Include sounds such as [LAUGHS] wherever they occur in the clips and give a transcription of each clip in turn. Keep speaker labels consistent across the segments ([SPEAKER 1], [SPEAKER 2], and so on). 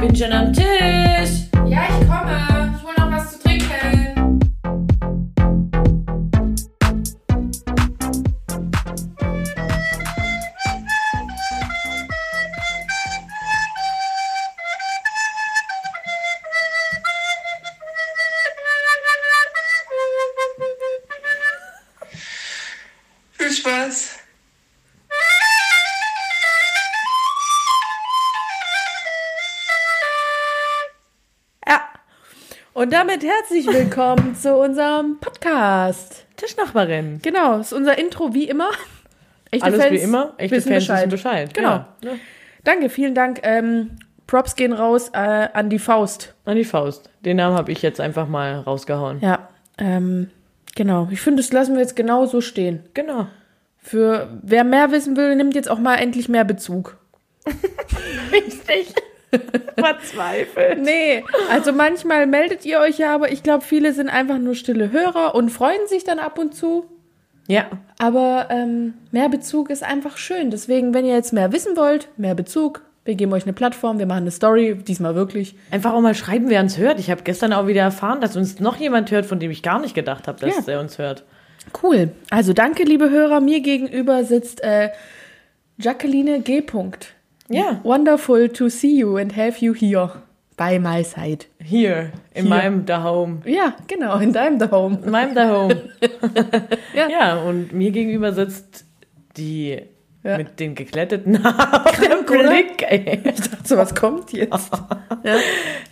[SPEAKER 1] bin schon am Tisch.
[SPEAKER 2] Ja, ich komme. Ich hole noch was zu trinken.
[SPEAKER 3] Viel Spaß.
[SPEAKER 1] Ja,
[SPEAKER 4] Und damit herzlich willkommen zu unserem Podcast.
[SPEAKER 1] Tischnachbarin.
[SPEAKER 4] Genau, ist unser Intro wie immer. Echte
[SPEAKER 1] Alles wie
[SPEAKER 4] Fans
[SPEAKER 1] immer. Echte
[SPEAKER 4] wissen
[SPEAKER 1] Fans
[SPEAKER 4] Bescheid.
[SPEAKER 1] wissen Bescheid.
[SPEAKER 4] Genau.
[SPEAKER 1] Ja. Ja.
[SPEAKER 4] Danke, vielen Dank. Ähm, Props gehen raus äh, an die Faust.
[SPEAKER 1] An die Faust. Den Namen habe ich jetzt einfach mal rausgehauen.
[SPEAKER 4] Ja, ähm, genau. Ich finde, das lassen wir jetzt genau so stehen.
[SPEAKER 1] Genau.
[SPEAKER 4] Für wer mehr wissen will, nimmt jetzt auch mal endlich mehr Bezug.
[SPEAKER 1] [LAUGHS] Richtig. Verzweifelt.
[SPEAKER 4] Nee, also manchmal meldet ihr euch ja, aber ich glaube, viele sind einfach nur stille Hörer und freuen sich dann ab und zu.
[SPEAKER 1] Ja.
[SPEAKER 4] Aber ähm, mehr Bezug ist einfach schön. Deswegen, wenn ihr jetzt mehr wissen wollt, mehr Bezug, wir geben euch eine Plattform, wir machen eine Story, diesmal wirklich.
[SPEAKER 1] Einfach auch mal schreiben, wer uns hört. Ich habe gestern auch wieder erfahren, dass uns noch jemand hört, von dem ich gar nicht gedacht habe, dass
[SPEAKER 4] Ja.
[SPEAKER 1] er uns hört.
[SPEAKER 4] Cool. Also danke, liebe Hörer. Mir gegenüber sitzt äh, Jacqueline G. Punkt.
[SPEAKER 1] Ja.
[SPEAKER 4] Wonderful to see you and have you here. By my side.
[SPEAKER 1] Hier. In
[SPEAKER 4] Hier.
[SPEAKER 1] meinem The Home.
[SPEAKER 4] Ja, genau, in deinem The Home.
[SPEAKER 1] In meinem The Home. ja.
[SPEAKER 4] [LAUGHS] Ja.
[SPEAKER 1] und mir gegenüber sitzt die
[SPEAKER 4] Ja.
[SPEAKER 1] mit den gekletteten [LAUGHS] Haaren.
[SPEAKER 4] oder?
[SPEAKER 1] Blick, ey.
[SPEAKER 4] So was kommt jetzt.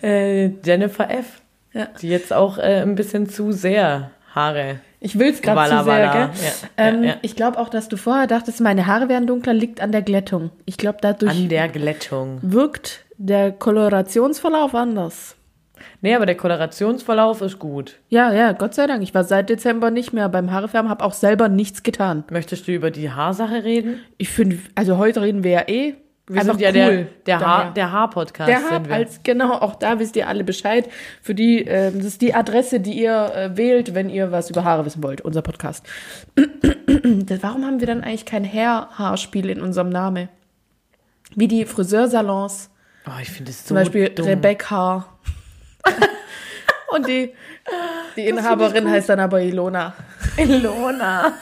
[SPEAKER 1] Äh, Jennifer F.,
[SPEAKER 4] Ja.
[SPEAKER 1] die jetzt auch äh, ein bisschen zu sehr Haare.
[SPEAKER 4] Ich will's gerade zu sehr,
[SPEAKER 1] Walla,
[SPEAKER 4] gell?
[SPEAKER 1] walla. Ja,
[SPEAKER 4] ähm,
[SPEAKER 1] ja, ja.
[SPEAKER 4] Ich glaube auch, dass du vorher dachtest, meine Haare wären dunkler, liegt an der Glättung. Ich glaube, dadurch
[SPEAKER 1] An der Glättung.
[SPEAKER 4] wirkt der Kolorationsverlauf anders.
[SPEAKER 1] Nee, aber der Kolorationsverlauf ist gut.
[SPEAKER 4] Ja, ja, Gott sei Dank. Ich war seit Dezember nicht mehr beim Haarefärben, habe auch selber nichts getan.
[SPEAKER 1] Möchtest du über die Haarsache reden?
[SPEAKER 4] Ich finde, also heute reden wir ja eh.
[SPEAKER 1] Wir
[SPEAKER 4] einfach
[SPEAKER 1] sind ja
[SPEAKER 4] cool
[SPEAKER 1] der, der,
[SPEAKER 4] daher.
[SPEAKER 1] Haar, der Haar-Podcast.
[SPEAKER 4] Der
[SPEAKER 1] sind
[SPEAKER 4] Haar
[SPEAKER 1] wir.
[SPEAKER 4] als genau, auch da wisst ihr alle Bescheid. Für die, ähm, das ist die Adresse, die ihr äh, wählt, wenn ihr was über Haare wissen wollt, unser Podcast. [CLEARS THROAT] Das- Warum haben wir dann eigentlich kein Hair-Haarspiel in unserem Namen? Wie die Friseursalons,
[SPEAKER 1] oh, ich finde es so
[SPEAKER 4] zum Beispiel
[SPEAKER 1] dumm. [LAUGHS]
[SPEAKER 4] Rebecca. Und die, die Inhaberin heißt dann aber Ilona. [LAUGHS]
[SPEAKER 1] Ilona.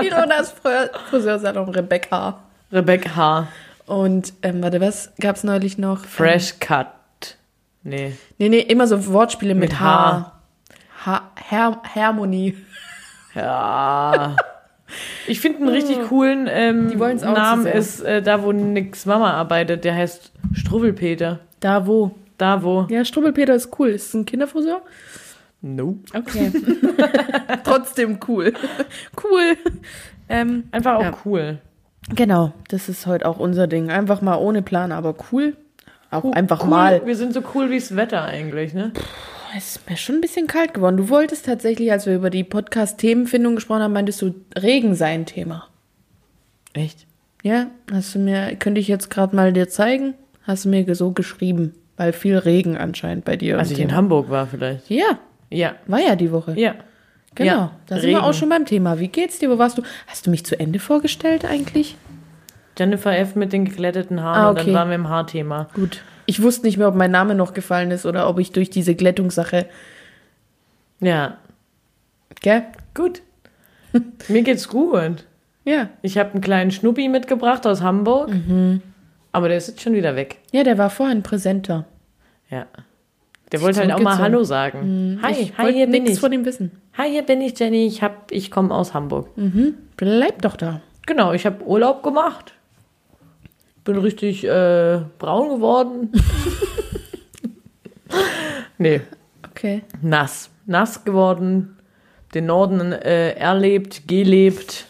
[SPEAKER 4] Ilonas Friseur- Friseursalon Rebecca.
[SPEAKER 1] Rebecca.
[SPEAKER 4] Und, ähm, warte, was gab's neulich noch?
[SPEAKER 1] Fresh Cut. Nee.
[SPEAKER 4] Nee, nee, immer so Wortspiele mit,
[SPEAKER 1] Mit
[SPEAKER 4] Haar. Haar. Her Harmonie.
[SPEAKER 1] Ja. Ich finde einen richtig coolen ähm,
[SPEAKER 4] Oh. Die wollen's auch
[SPEAKER 1] Namen
[SPEAKER 4] zu sehr.
[SPEAKER 1] ist äh, da, wo nix Mama arbeitet. Der heißt Struwwelpeter.
[SPEAKER 4] Da wo?
[SPEAKER 1] Da, wo.
[SPEAKER 4] Ja, Strubbelpeter ist cool. Ist es ein Kinderfriseur?
[SPEAKER 1] Nope.
[SPEAKER 4] Okay. [LAUGHS] Trotzdem cool. Cool. [LAUGHS] Ähm,
[SPEAKER 1] Einfach auch
[SPEAKER 4] Ja.
[SPEAKER 1] cool.
[SPEAKER 4] genau, das ist heute auch unser Ding. Einfach mal ohne Plan, aber cool. Auch einfach
[SPEAKER 1] cool.
[SPEAKER 4] mal.
[SPEAKER 1] Wir sind so cool wie das Wetter eigentlich, ne?
[SPEAKER 4] Es ist mir schon ein bisschen kalt geworden. Du wolltest tatsächlich, als wir über die Podcast-Themenfindung gesprochen haben, meintest du, Regen sei ein Thema.
[SPEAKER 1] Echt?
[SPEAKER 4] Ja, hast du mir, könnte ich jetzt gerade mal dir zeigen? Hast du mir so geschrieben, weil viel Regen anscheinend bei dir.
[SPEAKER 1] Als
[SPEAKER 4] im
[SPEAKER 1] ich Also in
[SPEAKER 4] Thema-
[SPEAKER 1] Hamburg war vielleicht.
[SPEAKER 4] Ja,
[SPEAKER 1] Ja.
[SPEAKER 4] war ja die Woche.
[SPEAKER 1] Ja.
[SPEAKER 4] Genau,
[SPEAKER 1] Ja,
[SPEAKER 4] da sind wir
[SPEAKER 1] Regen.
[SPEAKER 4] auch schon beim Thema. Wie geht's dir? Wo warst du? Hast du mich zu Ende vorgestellt eigentlich?
[SPEAKER 1] Jennifer F. mit den geglätteten Haaren.
[SPEAKER 4] Ah,
[SPEAKER 1] Und dann
[SPEAKER 4] okay.
[SPEAKER 1] waren wir im Haarthema.
[SPEAKER 4] Gut. Ich wusste nicht mehr, ob mein Name noch gefallen ist oder ob ich durch diese Glättungssache,
[SPEAKER 1] Ja.
[SPEAKER 4] gell? [LAUGHS]
[SPEAKER 1] Gut. Mir geht's gut.
[SPEAKER 4] Ja.
[SPEAKER 1] Ich habe einen kleinen Schnuppi mitgebracht aus Hamburg.
[SPEAKER 4] Mhm.
[SPEAKER 1] Aber der ist jetzt schon wieder weg.
[SPEAKER 4] Ja, der war vorhin präsenter.
[SPEAKER 1] Ja. Der wollte halt auch mal
[SPEAKER 4] zurückgezogen. Mhm.
[SPEAKER 1] Hallo sagen. hi,
[SPEAKER 4] ich
[SPEAKER 1] hi,
[SPEAKER 4] wollte
[SPEAKER 1] hier bin
[SPEAKER 4] nichts
[SPEAKER 1] ich.
[SPEAKER 4] von ihm wissen.
[SPEAKER 1] Hi, hier bin ich, Jenny. Ich, hab- ich komme aus Hamburg.
[SPEAKER 4] Mhm. Bleib doch da.
[SPEAKER 1] Genau, ich habe Urlaub gemacht. Bin richtig äh,
[SPEAKER 4] [LAUGHS]
[SPEAKER 1] braun geworden. nee,
[SPEAKER 4] Okay.
[SPEAKER 1] nass. Nass geworden. Den Norden äh, erlebt, gelebt.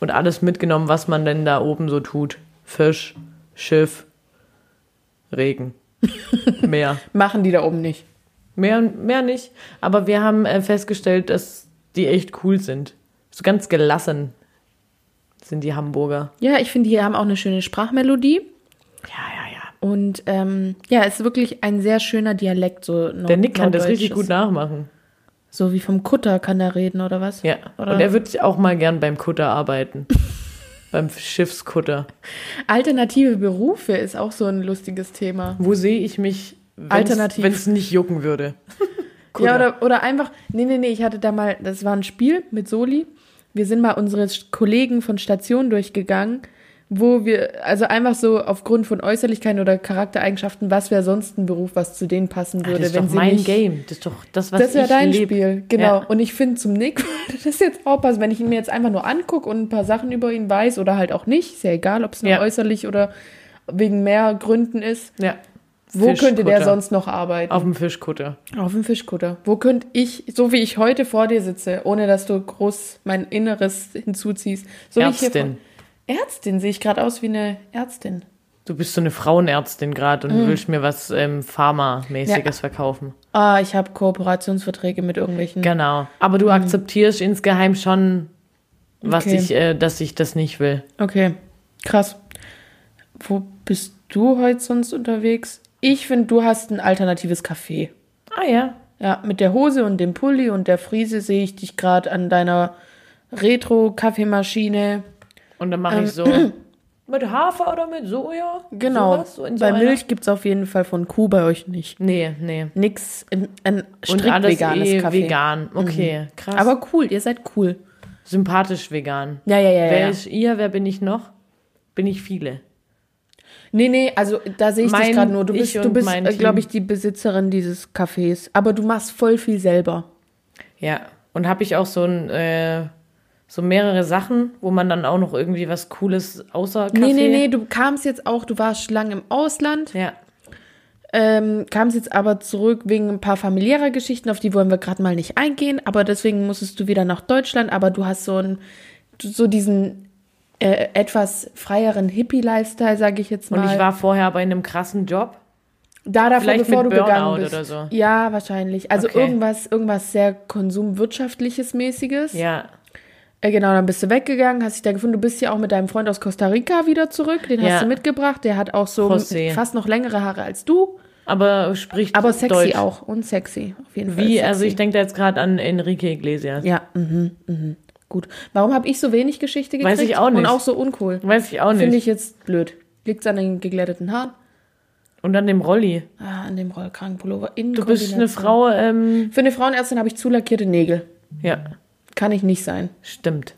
[SPEAKER 1] Und alles mitgenommen, was man denn da oben so tut. Fisch, Schiff, [LAUGHS] Regen, Meer.
[SPEAKER 4] Machen die da oben nicht.
[SPEAKER 1] Mehr, mehr nicht. Aber wir haben äh, festgestellt, dass die echt cool sind. So ganz gelassen sind die Hamburger.
[SPEAKER 4] Ja, ich finde, die haben auch eine schöne Sprachmelodie.
[SPEAKER 1] Ja, ja, ja.
[SPEAKER 4] Und ähm, ja, es ist wirklich ein sehr schöner Dialekt. So
[SPEAKER 1] Der Nick kann das richtig gut
[SPEAKER 4] nach.
[SPEAKER 1] nachmachen.
[SPEAKER 4] So wie vom Kutter kann er reden, oder was?
[SPEAKER 1] Ja.
[SPEAKER 4] Oder?
[SPEAKER 1] Und er wird auch mal gern beim Kutter [LAUGHS] arbeiten. beim Schiffskutter.
[SPEAKER 4] Alternative Berufe ist auch so ein lustiges Thema.
[SPEAKER 1] Wo sehe ich mich
[SPEAKER 4] Alternativ.
[SPEAKER 1] Wenn es nicht jucken würde. Ah,
[SPEAKER 4] Ja,
[SPEAKER 1] Cola.
[SPEAKER 4] oder, oder einfach, nee, nee, nee, ich hatte da mal, das war ein Spiel mit Soli. Wir sind mal unsere Sch- Kollegen von Station durchgegangen, wo wir, also einfach so aufgrund von Äußerlichkeiten oder Charaktereigenschaften, was wäre sonst ein Beruf, was zu denen passen
[SPEAKER 1] Ah,
[SPEAKER 4] würde,
[SPEAKER 1] das ist
[SPEAKER 4] wenn
[SPEAKER 1] doch
[SPEAKER 4] sie
[SPEAKER 1] mein
[SPEAKER 4] nicht,
[SPEAKER 1] Game. Das ist doch das, was
[SPEAKER 4] Das wäre
[SPEAKER 1] ich
[SPEAKER 4] dein
[SPEAKER 1] leb.
[SPEAKER 4] Spiel, genau.
[SPEAKER 1] Ja.
[SPEAKER 4] Und ich finde, zum Nick [LAUGHS] würde das jetzt auch passen, wenn ich ihn mir jetzt einfach nur angucke und ein paar Sachen über ihn weiß oder halt auch nicht, ist ja egal, ob es nur
[SPEAKER 1] Ja.
[SPEAKER 4] äußerlich oder wegen mehr Gründen ist.
[SPEAKER 1] Ja.
[SPEAKER 4] Wo könnte der
[SPEAKER 1] Fischkutter.
[SPEAKER 4] sonst noch arbeiten?
[SPEAKER 1] Auf dem Fischkutter.
[SPEAKER 4] Auf dem Fischkutter. Wo könnte ich, so wie ich heute vor dir sitze, ohne dass du groß mein Inneres hinzuziehst, so wie ich
[SPEAKER 1] Ärztin.
[SPEAKER 4] hier vor, Ärztin sehe ich gerade aus wie eine Ärztin.
[SPEAKER 1] Du bist so eine Frauenärztin gerade und willst mir was ähm, Pharma-mäßiges
[SPEAKER 4] Mhm. Ja.
[SPEAKER 1] verkaufen.
[SPEAKER 4] Ah, ich habe Kooperationsverträge mit irgendwelchen.
[SPEAKER 1] Genau. Aber du akzeptierst insgeheim schon, was
[SPEAKER 4] Mhm. Okay.
[SPEAKER 1] ich, äh, dass ich das nicht will.
[SPEAKER 4] Okay, krass. Wo bist du heute sonst unterwegs? Ich finde, du hast ein alternatives Café.
[SPEAKER 1] Ah ja.
[SPEAKER 4] Ja, mit der Hose und dem Pulli und der Friese sehe ich dich gerade an deiner Retro-Kaffeemaschine.
[SPEAKER 1] Und dann
[SPEAKER 4] Ähm.
[SPEAKER 1] mache ich so.
[SPEAKER 4] [CLEARS THROAT]
[SPEAKER 1] Mit Hafer oder mit Soja?
[SPEAKER 4] Genau.
[SPEAKER 1] Sowas, so in so
[SPEAKER 4] Bei
[SPEAKER 1] einer-
[SPEAKER 4] Milch gibt es auf jeden Fall von Kuh bei euch nicht.
[SPEAKER 1] Nee, nee.
[SPEAKER 4] Nix, ein, ein
[SPEAKER 1] Und
[SPEAKER 4] strikt
[SPEAKER 1] alles
[SPEAKER 4] veganes
[SPEAKER 1] eh
[SPEAKER 4] Kaffee. Mhm.
[SPEAKER 1] vegan. Okay, krass. Aber
[SPEAKER 4] Aber cool, ihr seid cool.
[SPEAKER 1] sympathisch vegan.
[SPEAKER 4] Ja, ja, ja,
[SPEAKER 1] Wer
[SPEAKER 4] ja.
[SPEAKER 1] ist ihr? Wer bin ich noch? Bin ich viele.
[SPEAKER 4] Nee, nee, also da sehe ich dich
[SPEAKER 1] Mein-
[SPEAKER 4] gerade nur. Du
[SPEAKER 1] ich
[SPEAKER 4] bist, du
[SPEAKER 1] und
[SPEAKER 4] bist
[SPEAKER 1] mein
[SPEAKER 4] äh, glaube
[SPEAKER 1] Team.
[SPEAKER 4] ich, die Besitzerin dieses Cafés. Aber du machst voll viel selber.
[SPEAKER 1] Ja. Und habe ich auch so ein äh, so mehrere Sachen, wo man dann auch noch irgendwie was Cooles außer Kaffee.
[SPEAKER 4] Nee, nee, nee, du kamst jetzt auch, du warst schon lange im Ausland,
[SPEAKER 1] Ja.
[SPEAKER 4] ähm, kamst jetzt aber zurück wegen ein paar familiärer Geschichten, auf die wollen wir gerade mal nicht eingehen, aber deswegen musstest du wieder nach Deutschland, aber du hast so einen, so diesen äh, etwas freieren Hippie-Lifestyle, sage ich jetzt mal.
[SPEAKER 1] Und ich war vorher bei einem krassen Job.
[SPEAKER 4] Da davor,
[SPEAKER 1] Vielleicht
[SPEAKER 4] bevor
[SPEAKER 1] mit
[SPEAKER 4] du gegangen
[SPEAKER 1] Burnout
[SPEAKER 4] bist.
[SPEAKER 1] oder so.
[SPEAKER 4] Ja, wahrscheinlich. Also
[SPEAKER 1] Okay.
[SPEAKER 4] irgendwas, irgendwas sehr konsumwirtschaftliches mäßiges.
[SPEAKER 1] Ja.
[SPEAKER 4] Äh, genau, dann bist du weggegangen, hast dich da gefunden. Du bist ja auch mit deinem Freund aus Costa Rica wieder zurück. Den
[SPEAKER 1] Ja.
[SPEAKER 4] hast du mitgebracht. Der hat auch so
[SPEAKER 1] José.
[SPEAKER 4] fast noch längere Haare als du,
[SPEAKER 1] Aber spricht
[SPEAKER 4] aber sexy
[SPEAKER 1] Deutsch.
[SPEAKER 4] auch und sexy auf jeden Fall.
[SPEAKER 1] Wie?
[SPEAKER 4] sexy.
[SPEAKER 1] Also ich denke da jetzt gerade an Enrique Iglesias.
[SPEAKER 4] ja, mhm, mhm. gut. Warum habe ich so wenig Geschichte gekriegt?
[SPEAKER 1] Weiß ich auch nicht.
[SPEAKER 4] Und auch so uncool.
[SPEAKER 1] Weiß ich auch
[SPEAKER 4] Finde
[SPEAKER 1] nicht.
[SPEAKER 4] ich jetzt blöd. Liegt's an den geglätteten Haaren?
[SPEAKER 1] Und an dem Rolli.
[SPEAKER 4] Ah, an dem Rollkragenpullover. In
[SPEAKER 1] Du bist eine
[SPEAKER 4] Kombination.
[SPEAKER 1] Frau, ähm,
[SPEAKER 4] Für eine Frauenärztin habe ich zu lackierte Nägel.
[SPEAKER 1] ja,
[SPEAKER 4] Kann ich nicht sein.
[SPEAKER 1] stimmt.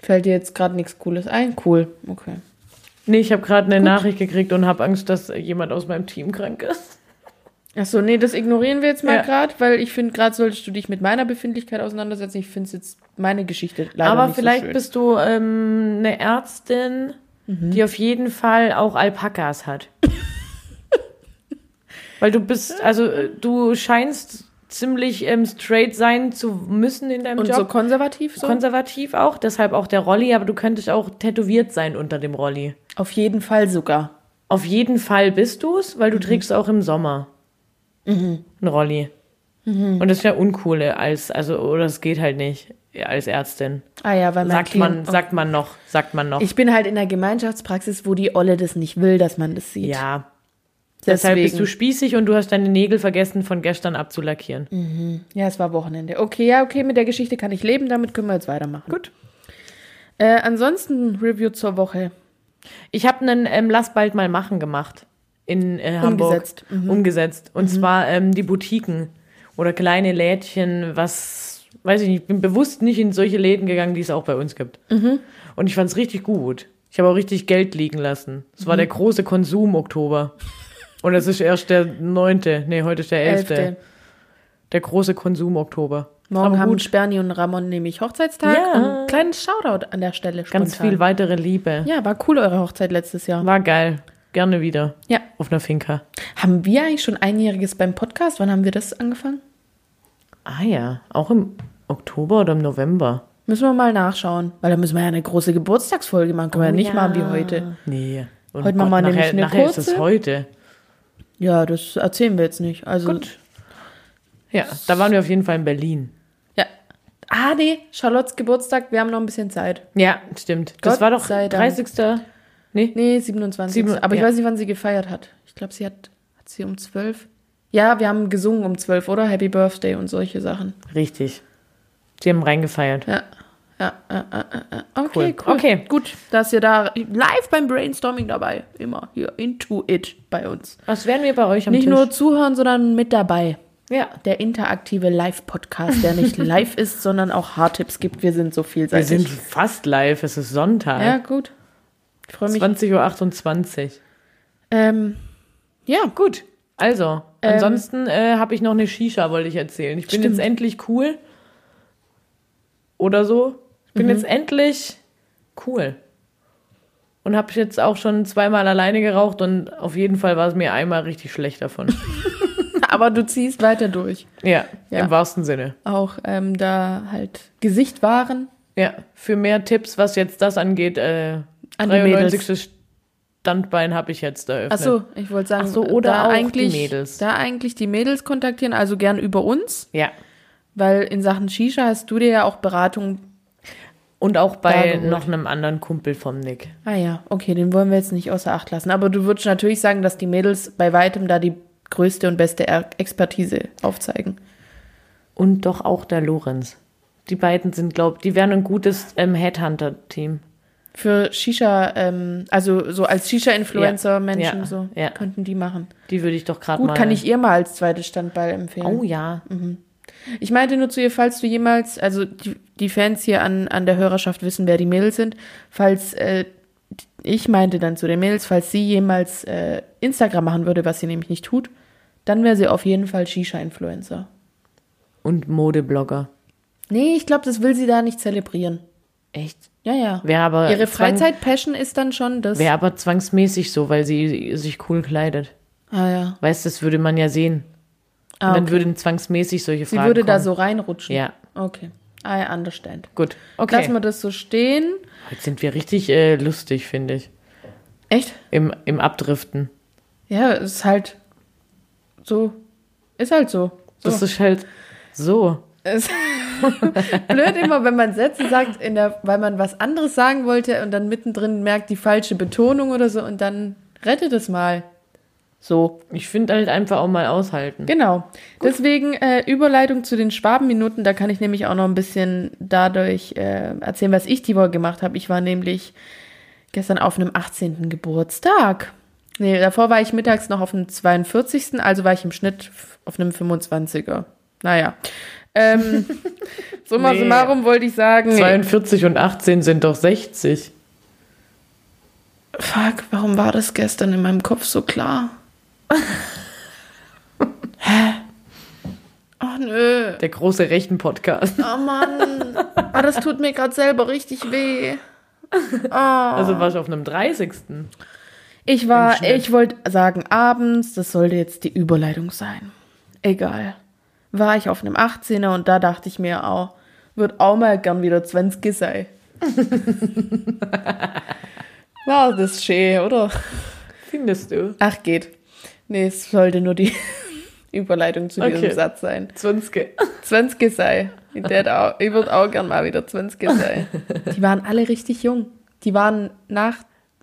[SPEAKER 4] Fällt dir jetzt gerade nichts Cooles ein? Cool. Okay.
[SPEAKER 1] Nee, ich habe gerade eine Nachricht gekriegt und habe Angst, dass jemand aus meinem Team krank ist.
[SPEAKER 4] Achso, nee, das ignorieren wir jetzt mal
[SPEAKER 1] Ja.
[SPEAKER 4] gerade, weil ich finde, gerade solltest du dich mit meiner Befindlichkeit auseinandersetzen. Ich finde es jetzt meine Geschichte leider
[SPEAKER 1] Aber
[SPEAKER 4] nicht
[SPEAKER 1] vielleicht
[SPEAKER 4] so schön.
[SPEAKER 1] bist du ähm, eine Ärztin,
[SPEAKER 4] Mhm.
[SPEAKER 1] die auf jeden Fall auch
[SPEAKER 4] [LAUGHS]
[SPEAKER 1] Alpakas hat. Weil du bist, also äh, du scheinst ziemlich ähm, straight sein zu müssen in deinem
[SPEAKER 4] und
[SPEAKER 1] Job.
[SPEAKER 4] so konservativ so?
[SPEAKER 1] konservativ auch, deshalb auch der Rolli, aber du könntest auch tätowiert sein unter dem Rolli.
[SPEAKER 4] Auf jeden Fall sogar.
[SPEAKER 1] Auf jeden Fall bist du es,
[SPEAKER 4] Mhm.
[SPEAKER 1] weil du trägst auch im Sommer einen Rolli.
[SPEAKER 4] Mhm.
[SPEAKER 1] Und das ist ja uncool als, also, oder es geht halt nicht als Ärztin.
[SPEAKER 4] Ah ja, weil man
[SPEAKER 1] Sagt man, sagt man noch, sagt man noch.
[SPEAKER 4] Ich bin halt in der Gemeinschaftspraxis, wo die Olle das nicht will, dass man das sieht.
[SPEAKER 1] ja, deshalb
[SPEAKER 4] deswegen.
[SPEAKER 1] bist du spießig und du hast deine Nägel vergessen von gestern abzulackieren.
[SPEAKER 4] Mhm. ja, es war Wochenende. Okay, ja, okay, mit der Geschichte kann ich leben, damit können wir jetzt weitermachen.
[SPEAKER 1] Gut.
[SPEAKER 4] Äh, ansonsten Review zur Woche.
[SPEAKER 1] Ich habe einen ähm, Lass bald mal machen gemacht in äh, Hamburg.
[SPEAKER 4] Umgesetzt. Mhm.
[SPEAKER 1] Umgesetzt. Und zwar ähm, die Boutiquen oder kleine Lädchen, was, weiß ich nicht, ich bin bewusst nicht in solche Läden gegangen, die es auch bei uns gibt.
[SPEAKER 4] Mhm.
[SPEAKER 1] Und ich fand es richtig gut. Ich habe auch richtig Geld liegen lassen. Es
[SPEAKER 4] Mhm.
[SPEAKER 1] war der große Konsum-Oktober. Und es ist erst der neunte. Nee, heute ist der elfte.
[SPEAKER 4] Elfte.
[SPEAKER 1] Der große Konsum-Oktober.
[SPEAKER 4] Morgen
[SPEAKER 1] Aber
[SPEAKER 4] haben
[SPEAKER 1] gut,
[SPEAKER 4] Sperni und Ramon nämlich Hochzeitstag.
[SPEAKER 1] Ja.
[SPEAKER 4] Und kleinen Shoutout an der Stelle.
[SPEAKER 1] ganz
[SPEAKER 4] spontan.
[SPEAKER 1] viel weitere Liebe.
[SPEAKER 4] Ja, war cool eure Hochzeit letztes Jahr.
[SPEAKER 1] War geil. Gerne wieder.
[SPEAKER 4] Ja.
[SPEAKER 1] Auf einer Finca.
[SPEAKER 4] Haben wir eigentlich schon einjähriges beim Podcast? Wann haben wir das angefangen?
[SPEAKER 1] Ah ja, auch im Oktober oder im November?
[SPEAKER 4] Müssen wir mal nachschauen, weil da müssen wir ja eine große Geburtstagsfolge machen. Können wir
[SPEAKER 1] Oh
[SPEAKER 4] ja nicht machen wie heute.
[SPEAKER 1] Nee. Und
[SPEAKER 4] Heute machen wir
[SPEAKER 1] nachher,
[SPEAKER 4] nämlich eine
[SPEAKER 1] nachher ist es
[SPEAKER 4] kurze.
[SPEAKER 1] heute.
[SPEAKER 4] Ja, das erzählen wir jetzt nicht. Also,
[SPEAKER 1] Gut. Ja, da waren wir auf jeden Fall in Berlin.
[SPEAKER 4] ja. Ah, nee, Charlottes Geburtstag, wir haben noch ein bisschen Zeit.
[SPEAKER 1] Ja, stimmt. das
[SPEAKER 4] Gott
[SPEAKER 1] war doch
[SPEAKER 4] sei Dank.
[SPEAKER 1] 30. Nee,
[SPEAKER 4] Nee, 27.
[SPEAKER 1] Sieben-
[SPEAKER 4] Aber ich
[SPEAKER 1] ja.
[SPEAKER 4] weiß nicht, wann sie gefeiert hat. Ich glaube, sie hat, hat sie um 12. Ja, wir haben gesungen um 12, oder? Happy Birthday und solche Sachen.
[SPEAKER 1] richtig. Sie haben reingefeiert.
[SPEAKER 4] Ja. Ja, äh, äh, äh, okay,
[SPEAKER 1] Cool.
[SPEAKER 4] cool.
[SPEAKER 1] Okay.
[SPEAKER 4] Gut, dass ihr da live beim Brainstorming dabei immer hier into it bei uns.
[SPEAKER 1] Was werden wir bei euch am
[SPEAKER 4] Nicht
[SPEAKER 1] Tisch?
[SPEAKER 4] nur zuhören, sondern mit dabei.
[SPEAKER 1] ja.
[SPEAKER 4] Der interaktive Live-Podcast, der
[SPEAKER 1] [LAUGHS]
[SPEAKER 4] nicht live ist, sondern auch Hardtipps gibt. Wir sind so
[SPEAKER 1] Wir
[SPEAKER 4] vielseitig.
[SPEAKER 1] sind fast live, es ist Sonntag.
[SPEAKER 4] ja, gut. Ich freue mich.
[SPEAKER 1] 20.28 Uhr.
[SPEAKER 4] Ähm, [LAUGHS] ja, gut. Ähm,
[SPEAKER 1] Also, ansonsten äh, habe ich noch eine Shisha, wollte ich erzählen. Ich bin
[SPEAKER 4] Stimmt.
[SPEAKER 1] jetzt endlich cool. Oder so. Ich
[SPEAKER 4] Mhm.
[SPEAKER 1] bin jetzt endlich cool. Und habe jetzt auch schon zweimal alleine geraucht und auf jeden Fall war es mir einmal richtig schlecht davon.
[SPEAKER 4] Aber du ziehst weiter durch.
[SPEAKER 1] ja,
[SPEAKER 4] [LAUGHS] Ja.
[SPEAKER 1] im wahrsten Sinne.
[SPEAKER 4] Auch ähm, da halt Gesicht wahren.
[SPEAKER 1] Ja, für mehr Tipps, was jetzt das angeht, äh,
[SPEAKER 4] An die
[SPEAKER 1] 93. Standbein habe ich jetzt eröffnet.
[SPEAKER 4] Ach so, ich wollte sagen,
[SPEAKER 1] Ach so, oder
[SPEAKER 4] da
[SPEAKER 1] auch die
[SPEAKER 4] eigentlich,
[SPEAKER 1] Mädels.
[SPEAKER 4] Da eigentlich die Mädels kontaktieren, also gern über uns,
[SPEAKER 1] Ja.
[SPEAKER 4] weil in Sachen Shisha hast du dir ja auch Beratung.
[SPEAKER 1] Und auch
[SPEAKER 4] Da
[SPEAKER 1] bei
[SPEAKER 4] geholt.
[SPEAKER 1] noch einem anderen Kumpel vom Nick.
[SPEAKER 4] Ah ja, okay, den wollen wir jetzt nicht außer Acht lassen. Aber du würdest natürlich sagen, dass die Mädels bei weitem da die größte und beste er Expertise aufzeigen.
[SPEAKER 1] und doch auch der Lorenz. Die beiden sind, glaube die wären ein gutes ähm, Headhunter-Team.
[SPEAKER 4] Für Shisha, ähm, also so als Shisha-Influencer-Menschen
[SPEAKER 1] Ja,
[SPEAKER 4] so,
[SPEAKER 1] ja.
[SPEAKER 4] könnten die machen.
[SPEAKER 1] Die würde ich doch gerade mal.
[SPEAKER 4] Gut, kann ich Mhm. ihr mal als zweites Standbeil empfehlen.
[SPEAKER 1] Oh ja.
[SPEAKER 4] Ich meinte nur zu ihr, falls du jemals, also die, die Fans hier an, an der Hörerschaft wissen, wer die Mädels sind, falls äh, ich meinte dann zu den Mädels, falls sie jemals äh, Instagram machen würde, was sie nämlich nicht tut, dann wäre sie auf jeden Fall Shisha-Influencer.
[SPEAKER 1] Und Modeblogger.
[SPEAKER 4] Nee, ich glaube, das will sie da nicht zelebrieren.
[SPEAKER 1] Echt?
[SPEAKER 4] Ja, ja.
[SPEAKER 1] Wäre aber,
[SPEAKER 4] Ihre
[SPEAKER 1] zwang-
[SPEAKER 4] Freizeit-Passion ist dann schon das.
[SPEAKER 1] wäre aber zwangsmäßig so, weil sie sich cool kleidet.
[SPEAKER 4] Ah ja.
[SPEAKER 1] Weißt du, das würde man ja sehen.
[SPEAKER 4] Ah,
[SPEAKER 1] Und dann
[SPEAKER 4] okay.
[SPEAKER 1] würden zwangsmäßig solche
[SPEAKER 4] sie
[SPEAKER 1] Fragen
[SPEAKER 4] würde
[SPEAKER 1] kommen.
[SPEAKER 4] da so reinrutschen.
[SPEAKER 1] Ja,
[SPEAKER 4] Okay. I understand.
[SPEAKER 1] gut.
[SPEAKER 4] Lassen wir
[SPEAKER 1] Okay.
[SPEAKER 4] das so stehen.
[SPEAKER 1] Heute sind wir richtig äh, lustig, finde ich.
[SPEAKER 4] Echt?
[SPEAKER 1] Im, Im Abdriften.
[SPEAKER 4] Ja, es ist halt so. Ist halt so. so.
[SPEAKER 1] Das ist halt so.
[SPEAKER 4] Es- blöd immer, wenn man Sätze sagt, in der, weil man was anderes sagen wollte und dann mittendrin merkt die falsche Betonung oder so und dann rettet es mal. So.
[SPEAKER 1] Ich finde halt einfach auch mal aushalten.
[SPEAKER 4] Genau. Deswegen äh, Überleitung zu den Schwabenminuten. Da kann ich nämlich auch noch ein bisschen dadurch äh, erzählen, was ich die Woche gemacht habe. Ich war nämlich gestern auf einem 18. Geburtstag. Nee, davor war ich mittags noch auf einem 42. Also war ich im Schnitt f- auf einem 25er. Naja. [LAUGHS] Ähm, summa
[SPEAKER 1] Nee.
[SPEAKER 4] summarum wollte ich sagen.
[SPEAKER 1] 42 und 18 sind doch 60.
[SPEAKER 4] Fuck, warum war das gestern in meinem Kopf so [LAUGHS] klar? Hä? Ach Oh, nö.
[SPEAKER 1] Der große Rechten-Podcast.
[SPEAKER 4] Oh Mann. Ah, das tut mir gerade selber richtig weh. Ah.
[SPEAKER 1] Also warst du auf einem 30.
[SPEAKER 4] Ich war, ich wollte sagen, abends, das sollte jetzt die Überleitung sein. Egal. War ich auf einem 18er und da dachte ich mir auch, wird auch mal gern wieder 20 [LAUGHS] sein. war das schön, oder?
[SPEAKER 1] Findest du?
[SPEAKER 4] Ach, geht. Nee, es sollte nur die [LAUGHS] Überleitung zu diesem
[SPEAKER 1] Okay.
[SPEAKER 4] Satz sein.
[SPEAKER 1] 20.
[SPEAKER 4] 20 sei. Ich, tät auch, ich würde auch gern mal wieder 20 sein. Die waren alle richtig jung. Die waren nach.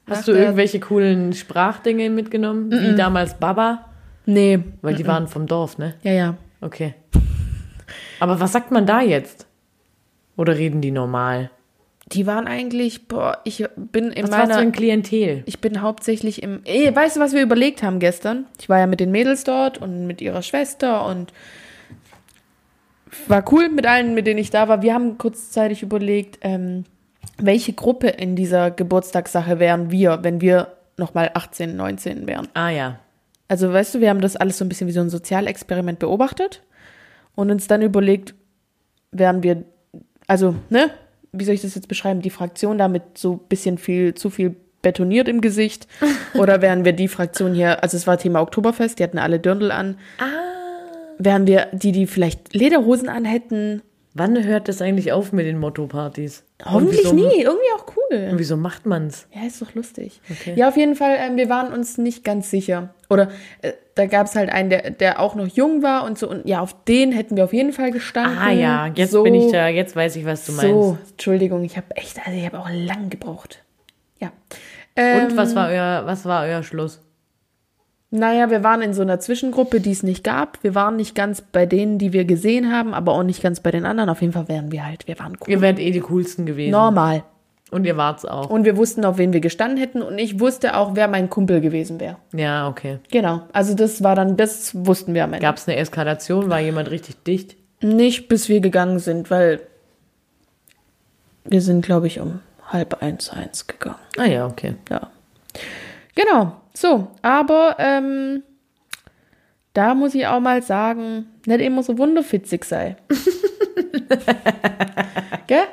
[SPEAKER 4] nach
[SPEAKER 1] Hast du
[SPEAKER 4] der-
[SPEAKER 1] irgendwelche coolen Sprachdinge mitgenommen? Wie damals Baba?
[SPEAKER 4] Nee.
[SPEAKER 1] Weil die waren vom Dorf, ne?
[SPEAKER 4] Ja, ja.
[SPEAKER 1] Okay. Aber was sagt man da jetzt? Oder reden die normal?
[SPEAKER 4] Die waren eigentlich, boah, ich bin in
[SPEAKER 1] Was war
[SPEAKER 4] meiner.
[SPEAKER 1] das für ein Klientel?
[SPEAKER 4] Ich bin hauptsächlich im. Ey, weißt du, was wir überlegt haben gestern? Ich war ja mit den Mädels dort und mit ihrer Schwester und war cool mit allen, mit denen ich da war. Wir haben kurzzeitig überlegt, ähm, welche Gruppe in dieser Geburtstagssache wären wir, wenn wir nochmal 18, 19 wären.
[SPEAKER 1] Ah ja.
[SPEAKER 4] Also weißt du, wir haben das alles so ein bisschen wie so ein Sozialexperiment beobachtet und uns dann überlegt, wären wir, also, ne, wie soll ich das jetzt beschreiben, die Fraktion da mit so ein bisschen viel, zu viel betoniert im
[SPEAKER 1] [LAUGHS]
[SPEAKER 4] Gesicht oder wären wir die Fraktion hier, also es war Thema Oktoberfest, die hatten alle Dirndl an. Ah. Wären wir die, die vielleicht Lederhosen anhätten?
[SPEAKER 1] Wann hört das eigentlich auf mit den Motto-Partys?
[SPEAKER 4] Hoffentlich
[SPEAKER 1] Und wieso-
[SPEAKER 4] nie, irgendwie auch cool.
[SPEAKER 1] Und wieso macht man's?
[SPEAKER 4] Ja, ist doch lustig. Ja, auf jeden Fall, ähm, wir waren uns nicht ganz sicher. Oder äh, da gab es halt einen, der, der auch noch jung war und so. Und ja, auf den hätten wir auf jeden Fall gestanden.
[SPEAKER 1] Ah ja, jetzt
[SPEAKER 4] So,
[SPEAKER 1] bin ich da, jetzt weiß ich, was du meinst.
[SPEAKER 4] So, Entschuldigung, ich habe echt, also ich habe auch lang gebraucht. Ja. Ähm,
[SPEAKER 1] Und was war euer, was war euer Schluss?
[SPEAKER 4] Naja, wir waren in so einer Zwischengruppe, die es nicht gab. Wir waren nicht ganz bei denen, die wir gesehen haben, aber auch nicht ganz bei den anderen. Auf jeden Fall wären wir halt, wir waren cool.
[SPEAKER 1] Ihr wärt eh die coolsten gewesen.
[SPEAKER 4] Normal.
[SPEAKER 1] Und ihr wart's auch.
[SPEAKER 4] Und wir wussten, auf wen wir gestanden hätten. Und ich wusste auch, wer mein Kumpel gewesen wäre.
[SPEAKER 1] Ja, okay.
[SPEAKER 4] Genau. Also das war dann, das wussten wir am Ende.
[SPEAKER 1] Gab's eine Eskalation? War jemand richtig dicht?
[SPEAKER 4] Nicht, bis wir gegangen sind, weil wir sind, glaube ich, um halb eins, eins gegangen.
[SPEAKER 1] Ah ja, okay.
[SPEAKER 4] Ja. Genau, so. Aber ähm, da muss ich auch mal sagen, nicht immer so wunderfitzig
[SPEAKER 1] [LAUGHS]
[SPEAKER 4] sei. Gell?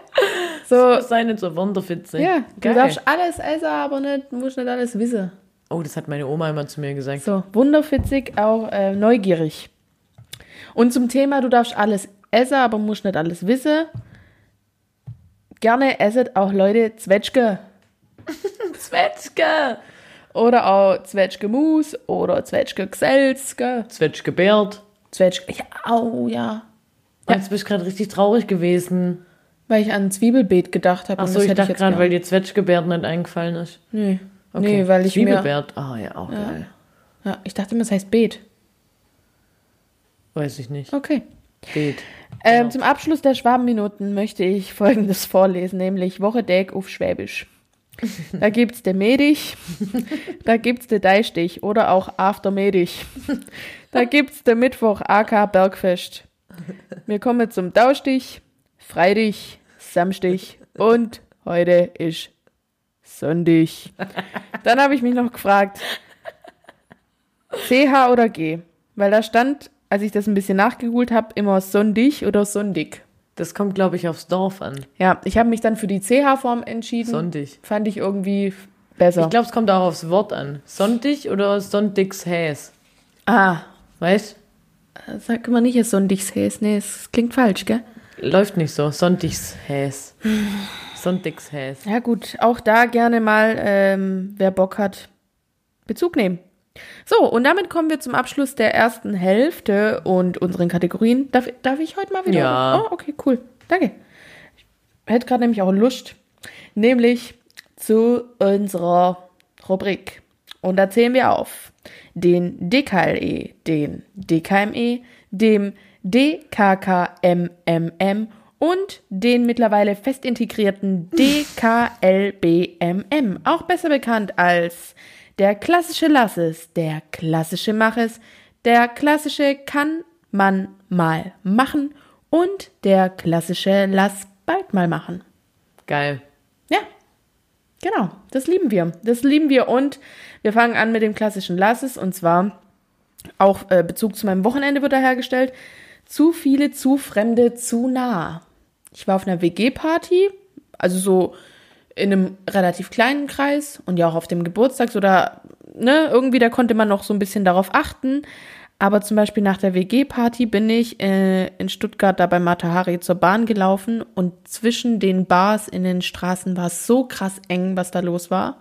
[SPEAKER 4] So,
[SPEAKER 1] Sei nicht so wunderfitzig.
[SPEAKER 4] ja, du
[SPEAKER 1] Geil.
[SPEAKER 4] darfst alles essen, aber nicht, musst nicht alles wissen.
[SPEAKER 1] Oh, das hat meine Oma immer zu mir gesagt.
[SPEAKER 4] So, wunderfitzig, auch äh, neugierig. Und zum Thema, du darfst alles essen, aber musst nicht alles wissen. Gerne esset auch Leute Zwetschge.
[SPEAKER 1] [LAUGHS] Zwetschge!
[SPEAKER 4] Oder auch Zwetschgemus oder Zwetschgegselz, gell?
[SPEAKER 1] Zwetschgebärt.
[SPEAKER 4] Zwetschge, ja, au, ja.
[SPEAKER 1] Und jetzt bist du gerade richtig traurig gewesen.
[SPEAKER 4] Weil ich an ein Zwiebelbeet gedacht habe. und
[SPEAKER 1] Achso,
[SPEAKER 4] das
[SPEAKER 1] ich
[SPEAKER 4] hätte
[SPEAKER 1] dachte
[SPEAKER 4] jetzt
[SPEAKER 1] gerade,
[SPEAKER 4] gern-
[SPEAKER 1] weil dir Zwetschgebärt nicht eingefallen ist.
[SPEAKER 4] Nee, nee weil ich mir...
[SPEAKER 1] Zwiebelbärt. Ah ja, auch geil.
[SPEAKER 4] Ja, ich dachte immer, es heißt Beet.
[SPEAKER 1] Weiß ich nicht.
[SPEAKER 4] Okay.
[SPEAKER 1] Beet.
[SPEAKER 4] Ähm, zum Abschluss der Schwabenminuten möchte ich Folgendes vorlesen, nämlich Woche Däg auf Schwäbisch. Da gibt's de Medich, da gibt's de Deistich oder auch After Medich. Da gibt's de Mittwoch AK Bergfest. Wir kommen zum Daustich, Freitich, Samstich und heute ist Sonntag. Dann habe ich mich noch gefragt, CH oder G? Weil da stand, als ich das ein bisschen nachgegoogelt habe, immer Sondig oder Sondig.
[SPEAKER 1] Das kommt, glaube ich, aufs Dorf an.
[SPEAKER 4] Ja, ich habe mich dann für die CH-Form entschieden.
[SPEAKER 1] Sonntag.
[SPEAKER 4] Fand ich irgendwie besser.
[SPEAKER 1] Ich glaube, es kommt auch aufs Wort an. Sonntag oder Sonntagshäs?
[SPEAKER 4] ah,
[SPEAKER 1] Weißt?
[SPEAKER 4] sag immer nicht es Sondigshäs. Nee, es klingt falsch, gell?
[SPEAKER 1] Läuft nicht so. [SIGHS] Sonntagshäs. Sonntagshäs.
[SPEAKER 4] Ja gut, auch da gerne mal, ähm, wer Bock hat, Bezug nehmen. So, und damit kommen wir zum Abschluss der ersten Hälfte und unseren Kategorien. Darf, darf ich heute mal wieder?
[SPEAKER 1] Ja.
[SPEAKER 4] Oh, okay, cool. Danke. Ich hätte gerade nämlich auch Lust, nämlich zu unserer Rubrik. Und da zählen wir auf den DKLE, E, den DKME, E, dem DKKMMM und den mittlerweile fest integrierten DKLBMM, auch besser bekannt als der klassische Lasses, der klassische Maches, der klassische kann man mal machen und der klassische lass bald mal machen.
[SPEAKER 1] Geil.
[SPEAKER 4] Ja, genau. Das lieben wir. Das lieben wir. Und wir fangen an mit dem klassischen Lasses. Und zwar auch äh, Bezug zu meinem Wochenende wird da hergestellt. Zu viele, zu fremde, zu nah. Ich war auf einer WG-Party, also so in einem relativ kleinen Kreis und ja auch auf dem Geburtstags- oder ne, irgendwie da konnte man noch so ein bisschen darauf achten. Aber zum Beispiel nach der WG-Party bin ich äh, in Stuttgart da bei Matahari zur Bahn gelaufen und zwischen den Bars in den Straßen war es so krass eng, was da los war.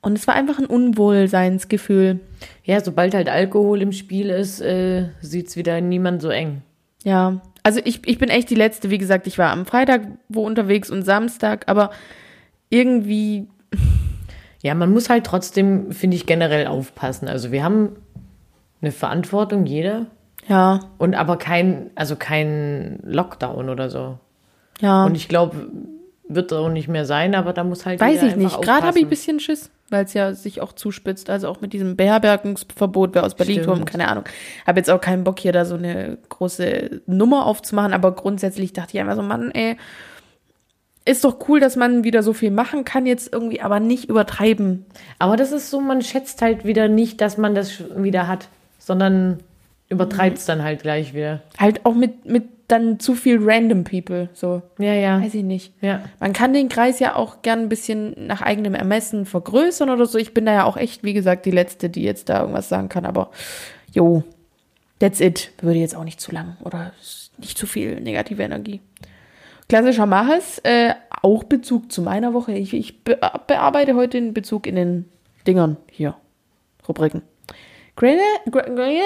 [SPEAKER 4] Und es war einfach ein Unwohlseinsgefühl.
[SPEAKER 1] Ja, sobald halt Alkohol im Spiel ist, äh, sieht's wieder niemand so eng.
[SPEAKER 4] Ja, also ich, ich bin echt die Letzte. Wie gesagt, ich war am Freitag wo unterwegs und Samstag, aber irgendwie,
[SPEAKER 1] Ja, man muss halt trotzdem, finde ich, generell aufpassen. Also wir haben eine Verantwortung, jeder.
[SPEAKER 4] ja,
[SPEAKER 1] Und aber kein, also kein Lockdown oder so.
[SPEAKER 4] ja.
[SPEAKER 1] Und ich glaube, wird auch nicht mehr sein, aber da muss halt
[SPEAKER 4] Weiß
[SPEAKER 1] jeder
[SPEAKER 4] ich nicht.
[SPEAKER 1] einfach
[SPEAKER 4] Gerade habe ich ein
[SPEAKER 1] aufpassen.
[SPEAKER 4] bisschen Schiss, weil es ja sich auch zuspitzt. Also auch mit diesem Beherbergungsverbot, wer aus Berlin
[SPEAKER 1] Stimmt.
[SPEAKER 4] kommt, keine Ahnung. Habe jetzt auch keinen Bock, hier da so eine große Nummer aufzumachen, aber grundsätzlich dachte ich einfach so, Mann, ey, ist doch cool, dass man wieder so viel machen kann jetzt irgendwie, aber nicht übertreiben.
[SPEAKER 1] Aber das ist so, man schätzt halt wieder nicht, dass man das schon wieder hat, sondern übertreibt es dann halt gleich wieder.
[SPEAKER 4] Halt auch mit, mit dann zu viel random people, so.
[SPEAKER 1] Ja, ja.
[SPEAKER 4] Weiß ich nicht.
[SPEAKER 1] Ja.
[SPEAKER 4] Man kann den Kreis ja auch gern ein bisschen nach eigenem Ermessen vergrößern oder so. Ich bin da ja auch echt, wie gesagt, die Letzte, die jetzt da irgendwas sagen kann. Aber jo, that's it. Würde jetzt auch nicht zu lang oder nicht zu viel negative Energie. Klassischer Mahes, äh, auch Bezug zu meiner Woche. Ich, ich be bearbeite heute den Bezug in den Dingern hier. Rubriken. Grey- Grey- Grey-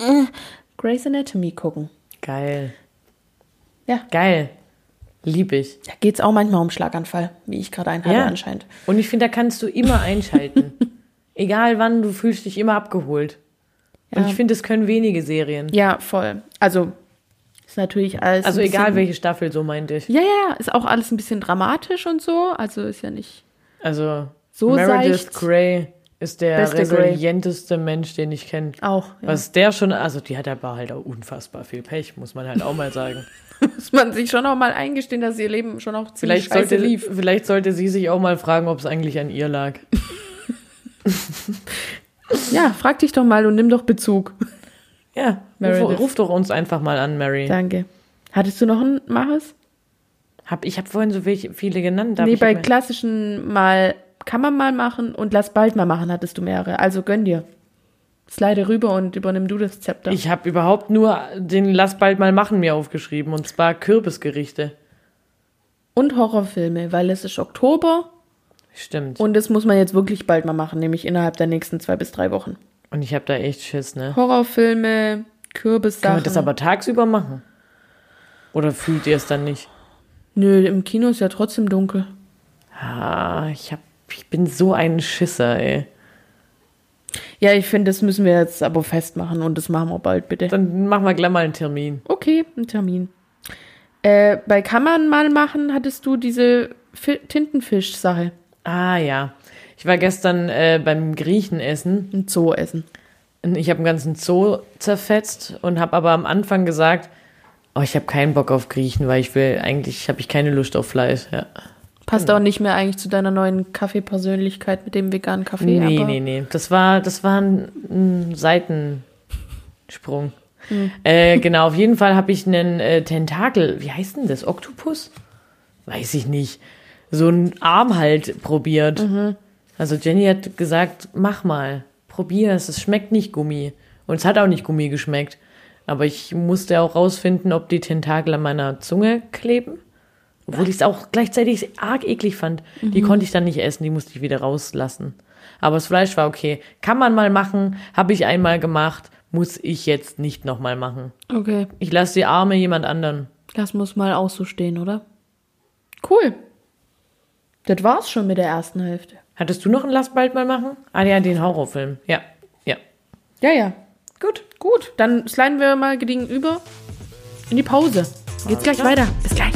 [SPEAKER 4] äh, Grey's Anatomy gucken.
[SPEAKER 1] Geil.
[SPEAKER 4] Ja.
[SPEAKER 1] Geil. Lieb ich.
[SPEAKER 4] Da geht's auch manchmal um Schlaganfall, wie ich gerade einen hatte
[SPEAKER 1] Ja.
[SPEAKER 4] anscheinend. [LAUGHS]
[SPEAKER 1] Und ich finde, da kannst du immer einschalten. Egal wann, du fühlst dich immer abgeholt. Und
[SPEAKER 4] Ja.
[SPEAKER 1] ich finde, das können wenige Serien.
[SPEAKER 4] Ja, voll. Also ist natürlich alles.
[SPEAKER 1] Also
[SPEAKER 4] ein
[SPEAKER 1] egal
[SPEAKER 4] bisschen,
[SPEAKER 1] welche Staffel, so meinte ich.
[SPEAKER 4] Ja, ja, ja, ist auch alles ein bisschen dramatisch und so. Also ist ja nicht.
[SPEAKER 1] Also
[SPEAKER 4] So
[SPEAKER 1] Meredith
[SPEAKER 4] seicht.
[SPEAKER 1] Grey ist der
[SPEAKER 4] Beste
[SPEAKER 1] resilienteste Mensch, den ich kenne.
[SPEAKER 4] Auch. Ja.
[SPEAKER 1] Was der schon, also die hat aber halt auch unfassbar viel Pech, muss man halt auch
[SPEAKER 4] [LAUGHS]
[SPEAKER 1] mal sagen.
[SPEAKER 4] Muss man sich schon auch mal eingestehen, dass ihr Leben schon auch ziemlich
[SPEAKER 1] vielleicht,
[SPEAKER 4] scheiße
[SPEAKER 1] sollte,
[SPEAKER 4] lief.
[SPEAKER 1] vielleicht sollte sie sich auch mal fragen, ob es eigentlich an ihr lag.
[SPEAKER 4] Ja, frag dich doch mal und nimm doch Bezug.
[SPEAKER 1] Ja, ruf,
[SPEAKER 4] Meredith.
[SPEAKER 1] ruf doch uns einfach mal an, Mary.
[SPEAKER 4] Danke. Hattest du noch einen Maches?
[SPEAKER 1] Hab, ich habe vorhin so welche- viele genannt. darf
[SPEAKER 4] nee,
[SPEAKER 1] ich
[SPEAKER 4] bei
[SPEAKER 1] mal-
[SPEAKER 4] klassischen mal kann man mal machen und lass bald mal machen, hattest du mehrere. Also gönn dir. Slide rüber und übernimm du das Zepter.
[SPEAKER 1] ich habe überhaupt nur den Lass bald mal machen mir aufgeschrieben und zwar Kürbisgerichte.
[SPEAKER 4] und Horrorfilme, weil es ist Oktober
[SPEAKER 1] Stimmt. Und,
[SPEAKER 4] und das muss man jetzt wirklich bald mal machen, nämlich innerhalb der nächsten zwei bis drei Wochen.
[SPEAKER 1] ich habe da echt Schiss, ne?
[SPEAKER 4] Horrorfilme,
[SPEAKER 1] Können
[SPEAKER 4] Kürbissachen.
[SPEAKER 1] wir das aber tagsüber machen? Oder fühlt ihr es dann nicht?
[SPEAKER 4] Nö, im Kino ist ja trotzdem dunkel.
[SPEAKER 1] Ah, ich, hab, ich bin so ein Schisser, ey.
[SPEAKER 4] Ja, ich finde, das müssen wir jetzt aber festmachen und das machen wir bald, bitte.
[SPEAKER 1] Dann machen wir gleich mal einen Termin.
[SPEAKER 4] Okay, ein Termin. Äh, bei Kann man mal machen, hattest du diese Fi- Tintenfisch-Sache.
[SPEAKER 1] Ah ja. Ich war gestern äh, beim Griechen essen.
[SPEAKER 4] Ein Zoo essen.
[SPEAKER 1] und Ich habe einen ganzen Zoo zerfetzt und habe aber am Anfang gesagt, oh, ich habe keinen Bock auf Griechen, weil ich will eigentlich, habe ich keine Lust auf Fleisch. Ja.
[SPEAKER 4] Passt auch nicht mehr eigentlich zu deiner neuen Kaffeepersönlichkeit mit dem veganen Kaffee.
[SPEAKER 1] Nee,
[SPEAKER 4] aber
[SPEAKER 1] nee, nee. Das war, das war ein, ein Seitensprung.
[SPEAKER 4] Hm.
[SPEAKER 1] Äh, genau, auf jeden Fall habe ich einen äh, Tentakel, wie heißt denn das? Oktopus? Weiß ich nicht. So einen Arm halt probiert.
[SPEAKER 4] Mhm.
[SPEAKER 1] Also Jenny hat gesagt, mach mal, probier es, es schmeckt nicht Gummi. Und es hat auch nicht Gummi geschmeckt. Aber ich musste auch rausfinden, ob die Tentakel an meiner Zunge kleben. Obwohl ich es auch gleichzeitig arg eklig fand. Die
[SPEAKER 4] Mhm.
[SPEAKER 1] konnte ich dann nicht essen, die musste ich wieder rauslassen. Aber das Fleisch war okay. Kann man mal machen, habe ich einmal gemacht, muss ich jetzt nicht nochmal machen.
[SPEAKER 4] Okay,
[SPEAKER 1] Ich lasse die Arme jemand anderen.
[SPEAKER 4] das muss mal auch so stehen, oder? Cool. Das war's schon mit der ersten Hälfte.
[SPEAKER 1] Hattest du noch einen Lass bald mal machen? Ah ja, den Horrorfilm. Ja, ja.
[SPEAKER 4] Ja, ja. Gut, gut. Dann sliden wir mal gediegen über in die Pause. Geht's gleich weiter. Bis gleich.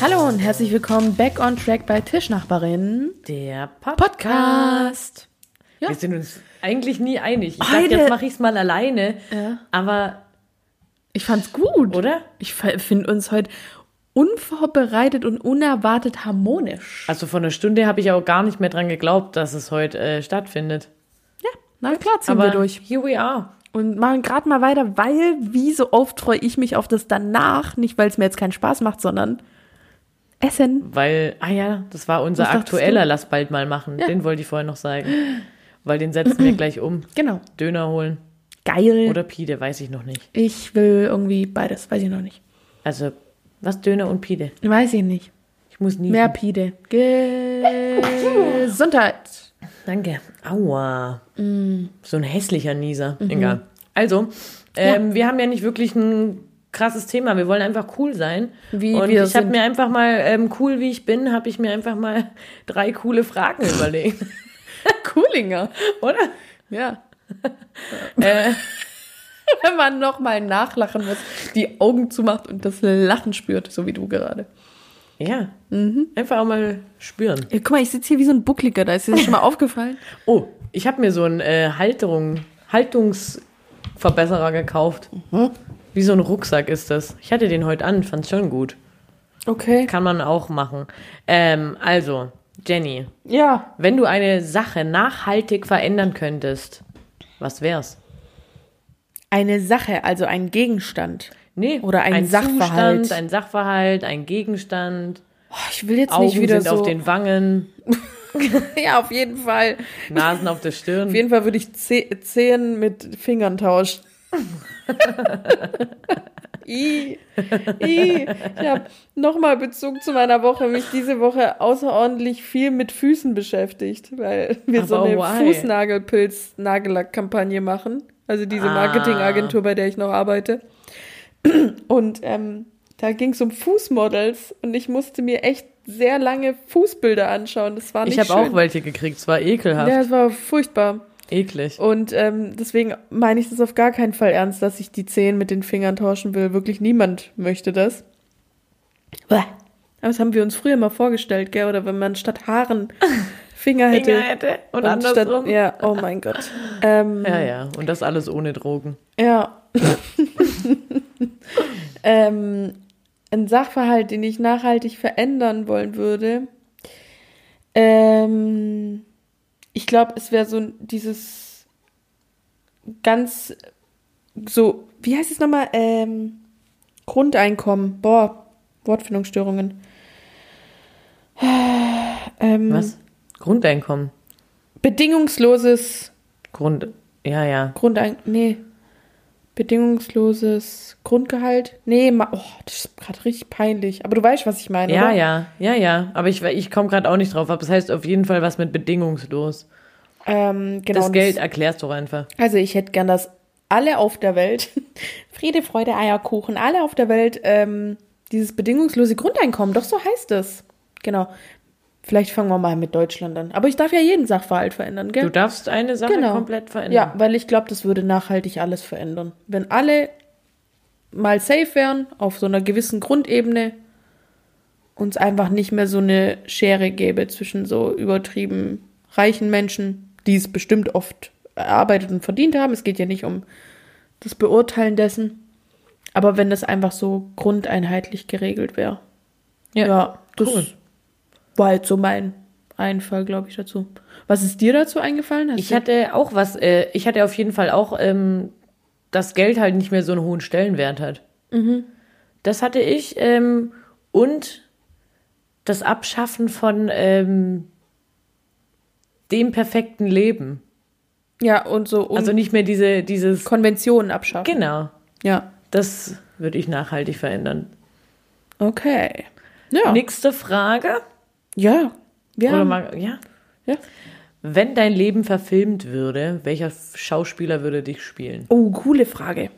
[SPEAKER 4] Hallo und herzlich willkommen back on track bei Tischnachbarinnen.
[SPEAKER 1] Der Podcast.
[SPEAKER 4] Podcast. Ja.
[SPEAKER 1] Wir sind uns eigentlich nie einig. Ich dachte,
[SPEAKER 4] Heute-
[SPEAKER 1] jetzt mache ich es mal alleine.
[SPEAKER 4] Äh.
[SPEAKER 1] Aber,
[SPEAKER 4] Ich fand's gut.
[SPEAKER 1] oder?
[SPEAKER 4] Ich finde uns heute unvorbereitet und unerwartet harmonisch.
[SPEAKER 1] Also vor einer Stunde habe ich auch gar nicht mehr dran geglaubt, dass es heute äh, stattfindet.
[SPEAKER 4] Ja, na klar, ziehen
[SPEAKER 1] Aber
[SPEAKER 4] wir durch.
[SPEAKER 1] here we are.
[SPEAKER 4] Und machen gerade mal weiter, weil wie so oft freue ich mich auf das danach, nicht weil es mir jetzt keinen Spaß macht, sondern Essen.
[SPEAKER 1] Weil, ah ja, das war unser
[SPEAKER 4] Was dachtest
[SPEAKER 1] aktueller
[SPEAKER 4] du?
[SPEAKER 1] Lass bald mal machen.
[SPEAKER 4] Ja.
[SPEAKER 1] Den wollte ich vorher noch sagen. Weil den setzen
[SPEAKER 4] [CLEARS THROAT]
[SPEAKER 1] wir gleich um.
[SPEAKER 4] Genau.
[SPEAKER 1] Döner holen
[SPEAKER 4] Geil.
[SPEAKER 1] oder Pide, weiß ich noch nicht.
[SPEAKER 4] ich will irgendwie beides, weiß ich noch nicht.
[SPEAKER 1] Also, was Döner und Pide?
[SPEAKER 4] Weiß ich nicht.
[SPEAKER 1] Ich muss nie.
[SPEAKER 4] Mehr Pide. Gesundheit.
[SPEAKER 1] Danke. Aua.
[SPEAKER 4] Mm.
[SPEAKER 1] So ein hässlicher Nieser.
[SPEAKER 4] Mhm.
[SPEAKER 1] Egal. Also, ähm, wir haben ja nicht wirklich ein krasses Thema. Wir wollen einfach cool sein.
[SPEAKER 4] Wie
[SPEAKER 1] und
[SPEAKER 4] wir
[SPEAKER 1] ich habe
[SPEAKER 4] sind.
[SPEAKER 1] mir einfach mal, ähm, cool wie ich bin, habe ich mir einfach mal [LAUGHS] drei coole Fragen überlegt. [LAUGHS]
[SPEAKER 4] Coolinger.
[SPEAKER 1] Oder?
[SPEAKER 4] [LAUGHS] Ja. Äh, [LAUGHS] Wenn man nochmal nachlachen muss, die Augen zumacht und das Lachen spürt, so wie du gerade.
[SPEAKER 1] Ja.
[SPEAKER 4] Mhm.
[SPEAKER 1] Einfach auch mal spüren.
[SPEAKER 4] Ja, guck mal, ich sitze hier wie so ein Buckliger, da ist dir das schon [LAUGHS] mal aufgefallen.
[SPEAKER 1] Oh, ich habe mir so einen äh, Halterung, Haltungsverbesserer gekauft.
[SPEAKER 4] Hm?
[SPEAKER 1] Wie so ein Rucksack ist das. Ich hatte den heute an, fand's schon gut.
[SPEAKER 4] Okay.
[SPEAKER 1] Kann man auch machen. Ähm, also, Jenny,
[SPEAKER 4] Ja.
[SPEAKER 1] wenn du eine Sache nachhaltig verändern könntest, was wär's?
[SPEAKER 4] Eine Sache, also ein Gegenstand.
[SPEAKER 1] Nee,
[SPEAKER 4] Oder ein Sachverhalt.
[SPEAKER 1] Zustand, ein Sachverhalt, ein Gegenstand,
[SPEAKER 4] Oh, Ich will jetzt nicht
[SPEAKER 1] Augen
[SPEAKER 4] wieder
[SPEAKER 1] sind
[SPEAKER 4] so.
[SPEAKER 1] auf den Wangen,
[SPEAKER 4] [LAUGHS] ja, auf jeden Fall.
[SPEAKER 1] Nasen auf der
[SPEAKER 4] [LAUGHS]
[SPEAKER 1] Stirn.
[SPEAKER 4] Auf jeden Fall würde ich Ze- Zehen mit Fingern tauschen. [LAUGHS] I, I. Ich habe nochmal Bezug zu meiner Woche, mich diese Woche außerordentlich viel mit Füßen beschäftigt, weil wir so
[SPEAKER 1] Aber
[SPEAKER 4] eine
[SPEAKER 1] why?
[SPEAKER 4] Fußnagelpilz-Nagellack-Kampagne machen. Also diese
[SPEAKER 1] Ah.
[SPEAKER 4] Marketingagentur, bei der ich noch arbeite. Und ähm, da ging es um Fußmodels und ich musste mir echt sehr lange Fußbilder anschauen. Das war nicht
[SPEAKER 1] Ich habe auch
[SPEAKER 4] schön.
[SPEAKER 1] welche gekriegt, es war ekelhaft.
[SPEAKER 4] Ja, es war furchtbar.
[SPEAKER 1] Eklig.
[SPEAKER 4] Und ähm, deswegen meine ich das auf gar keinen Fall ernst, dass ich die Zehen mit den Fingern tauschen will. Wirklich niemand möchte das. Bäh. Aber das haben wir uns früher mal vorgestellt, gell? Oder wenn man statt [LAUGHS] Haaren Finger hätte.
[SPEAKER 1] hätte und,
[SPEAKER 4] Statt, ja, oh mein [LAUGHS] Gott. Ähm,
[SPEAKER 1] ja, ja. Und das alles ohne Drogen.
[SPEAKER 4] ja. [LAUGHS] ähm, ein Sachverhalt, den ich nachhaltig verändern wollen würde. Ähm, ich glaube, es wäre so ein- dieses ganz so, wie heißt es nochmal? Ähm, Grundeinkommen. Boah, Wortfindungsstörungen. [SIGHS] Ähm,
[SPEAKER 1] Was? Grundeinkommen.
[SPEAKER 4] Bedingungsloses
[SPEAKER 1] Grund. Ja, ja.
[SPEAKER 4] Grundein... Nee. Bedingungsloses Grundgehalt? Nee, ma oh, das ist gerade richtig peinlich. Aber du weißt, was ich meine,
[SPEAKER 1] Ja,
[SPEAKER 4] oder?
[SPEAKER 1] ja, ja, ja. Aber ich, ich komme gerade auch nicht drauf. Aber es heißt auf jeden Fall was mit bedingungslos.
[SPEAKER 4] Genau, Ähm, genau.
[SPEAKER 1] das
[SPEAKER 4] und
[SPEAKER 1] Geld erklärst du doch einfach.
[SPEAKER 4] Also ich hätte gern, dass alle auf der Welt, [LAUGHS] Friede, Freude, Eierkuchen, alle auf der Welt ähm, dieses bedingungslose Grundeinkommen, doch so heißt es. Genau. Vielleicht fangen wir mal mit Deutschland an. Aber ich darf ja jeden Sachverhalt verändern, gell?
[SPEAKER 1] Du darfst eine Sache
[SPEAKER 4] Genau.
[SPEAKER 1] komplett verändern.
[SPEAKER 4] Ja, weil ich glaube, das würde nachhaltig alles verändern. Wenn alle mal safe wären, auf so einer gewissen Grundebene, uns einfach nicht mehr so eine Schere gäbe zwischen so übertrieben reichen Menschen, die es bestimmt oft erarbeitet und verdient haben. Es geht ja nicht um das Beurteilen dessen. Aber wenn das einfach so grundeinheitlich geregelt wäre. Ja, das
[SPEAKER 1] cool.
[SPEAKER 4] war halt so mein Einfall, glaube ich, dazu. Was ist dir dazu eingefallen? Hast
[SPEAKER 1] Ich
[SPEAKER 4] du-
[SPEAKER 1] hatte auch was, äh, ich hatte auf jeden Fall auch, ähm, dass Geld halt nicht mehr so einen hohen Stellenwert hat.
[SPEAKER 4] Mhm.
[SPEAKER 1] Das hatte ich ähm, und das Abschaffen von ähm, dem perfekten Leben.
[SPEAKER 4] Ja, und so um
[SPEAKER 1] Also nicht mehr diese, dieses.
[SPEAKER 4] Konventionen abschaffen.
[SPEAKER 1] Genau.
[SPEAKER 4] Ja.
[SPEAKER 1] Das würde ich nachhaltig verändern.
[SPEAKER 4] Okay. Ja.
[SPEAKER 1] Nächste Frage.
[SPEAKER 4] Ja. Wir
[SPEAKER 1] Oder
[SPEAKER 4] haben,
[SPEAKER 1] mal, ja.
[SPEAKER 4] ja.
[SPEAKER 1] Wenn dein Leben verfilmt würde, welcher Schauspieler würde dich spielen?
[SPEAKER 4] Oh, coole Frage.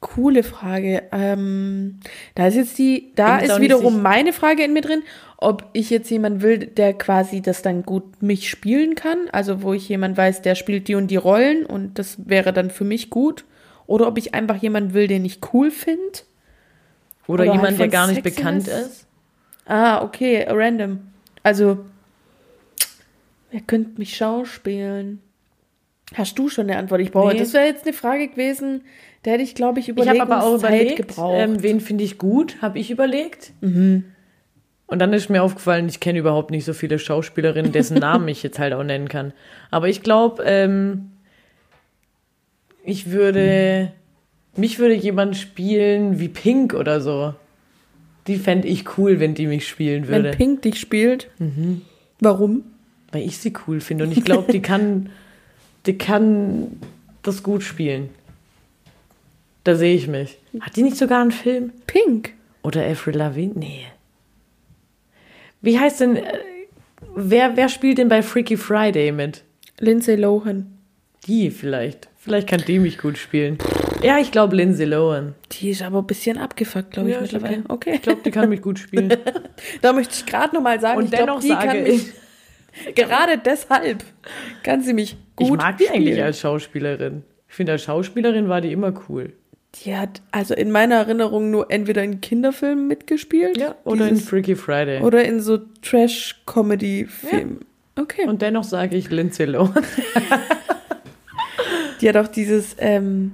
[SPEAKER 4] Coole Frage. Ähm, da ist jetzt die, da
[SPEAKER 1] Bin jetzt auch
[SPEAKER 4] ist
[SPEAKER 1] nicht
[SPEAKER 4] wiederum
[SPEAKER 1] sicher.
[SPEAKER 4] meine Frage in mir drin, ob ich jetzt jemand will, der quasi das dann gut mich spielen kann, also wo ich jemand weiß, der spielt die und die Rollen und das wäre dann für mich gut, oder ob ich einfach jemanden will, den ich cool finde.
[SPEAKER 1] Oder,
[SPEAKER 4] Oder halt
[SPEAKER 1] jemand, der
[SPEAKER 4] von
[SPEAKER 1] gar nicht
[SPEAKER 4] Sexiness?
[SPEAKER 1] bekannt ist?
[SPEAKER 4] Ah, okay, random. Also, wer könnte mich schauspielen? Hast du schon eine Antwort? Ich brauche,
[SPEAKER 1] Nee.
[SPEAKER 4] das wäre jetzt eine Frage gewesen, da hätte ich, glaube ich,
[SPEAKER 1] Ich habe aber auch
[SPEAKER 4] Überlegungszeit
[SPEAKER 1] überlegt,
[SPEAKER 4] gebraucht.
[SPEAKER 1] ähm, wen finde ich gut, habe ich überlegt. Mhm. Und dann ist mir aufgefallen, ich kenne überhaupt nicht so viele Schauspielerinnen, dessen Namen ich jetzt halt auch nennen kann. Aber ich glaube, ähm, ich würde, mich würde jemand spielen wie Pink oder so. Die fände ich cool, wenn die mich spielen
[SPEAKER 4] Wenn
[SPEAKER 1] würde. Mhm.
[SPEAKER 4] Pink dich spielt, warum?
[SPEAKER 1] Weil ich sie cool finde und ich glaube, die [LAUGHS] kann, die kann das gut spielen. Da sehe ich mich. Hat die nicht sogar einen Film?
[SPEAKER 4] Pink.
[SPEAKER 1] Oder Avril Lavigne? Nee. Wie heißt denn, äh, wer, wer spielt denn bei Freaky Friday mit?
[SPEAKER 4] Lindsay Lohan.
[SPEAKER 1] Die vielleicht. Vielleicht kann die mich gut spielen. Ja, ich glaube Lindsay Lohan.
[SPEAKER 4] Die ist aber ein bisschen abgefuckt, glaube ich,
[SPEAKER 1] Ja, ist
[SPEAKER 4] mittlerweile. Okay.
[SPEAKER 1] Ich glaube, die kann mich gut spielen.
[SPEAKER 4] Da möchte ich gerade nochmal sagen,
[SPEAKER 1] Und
[SPEAKER 4] ich
[SPEAKER 1] dennoch
[SPEAKER 4] glaube, die
[SPEAKER 1] sage
[SPEAKER 4] kann mich, [LAUGHS]
[SPEAKER 1] ich,
[SPEAKER 4] gerade deshalb kann sie mich gut
[SPEAKER 1] [LAUGHS] ich mag die eigentlich
[SPEAKER 4] spielen.
[SPEAKER 1] als Schauspielerin. Ich finde, als Schauspielerin war die immer cool.
[SPEAKER 4] Die hat also in meiner Erinnerung nur entweder in Kinderfilmen mitgespielt
[SPEAKER 1] Oder in
[SPEAKER 4] dieses-
[SPEAKER 1] Freaky Friday.
[SPEAKER 4] oder in so Trash-Comedy-Filmen. Okay.
[SPEAKER 1] Und dennoch sage ich Lindsay Lohan. [LAUGHS]
[SPEAKER 4] die hat auch dieses, ähm,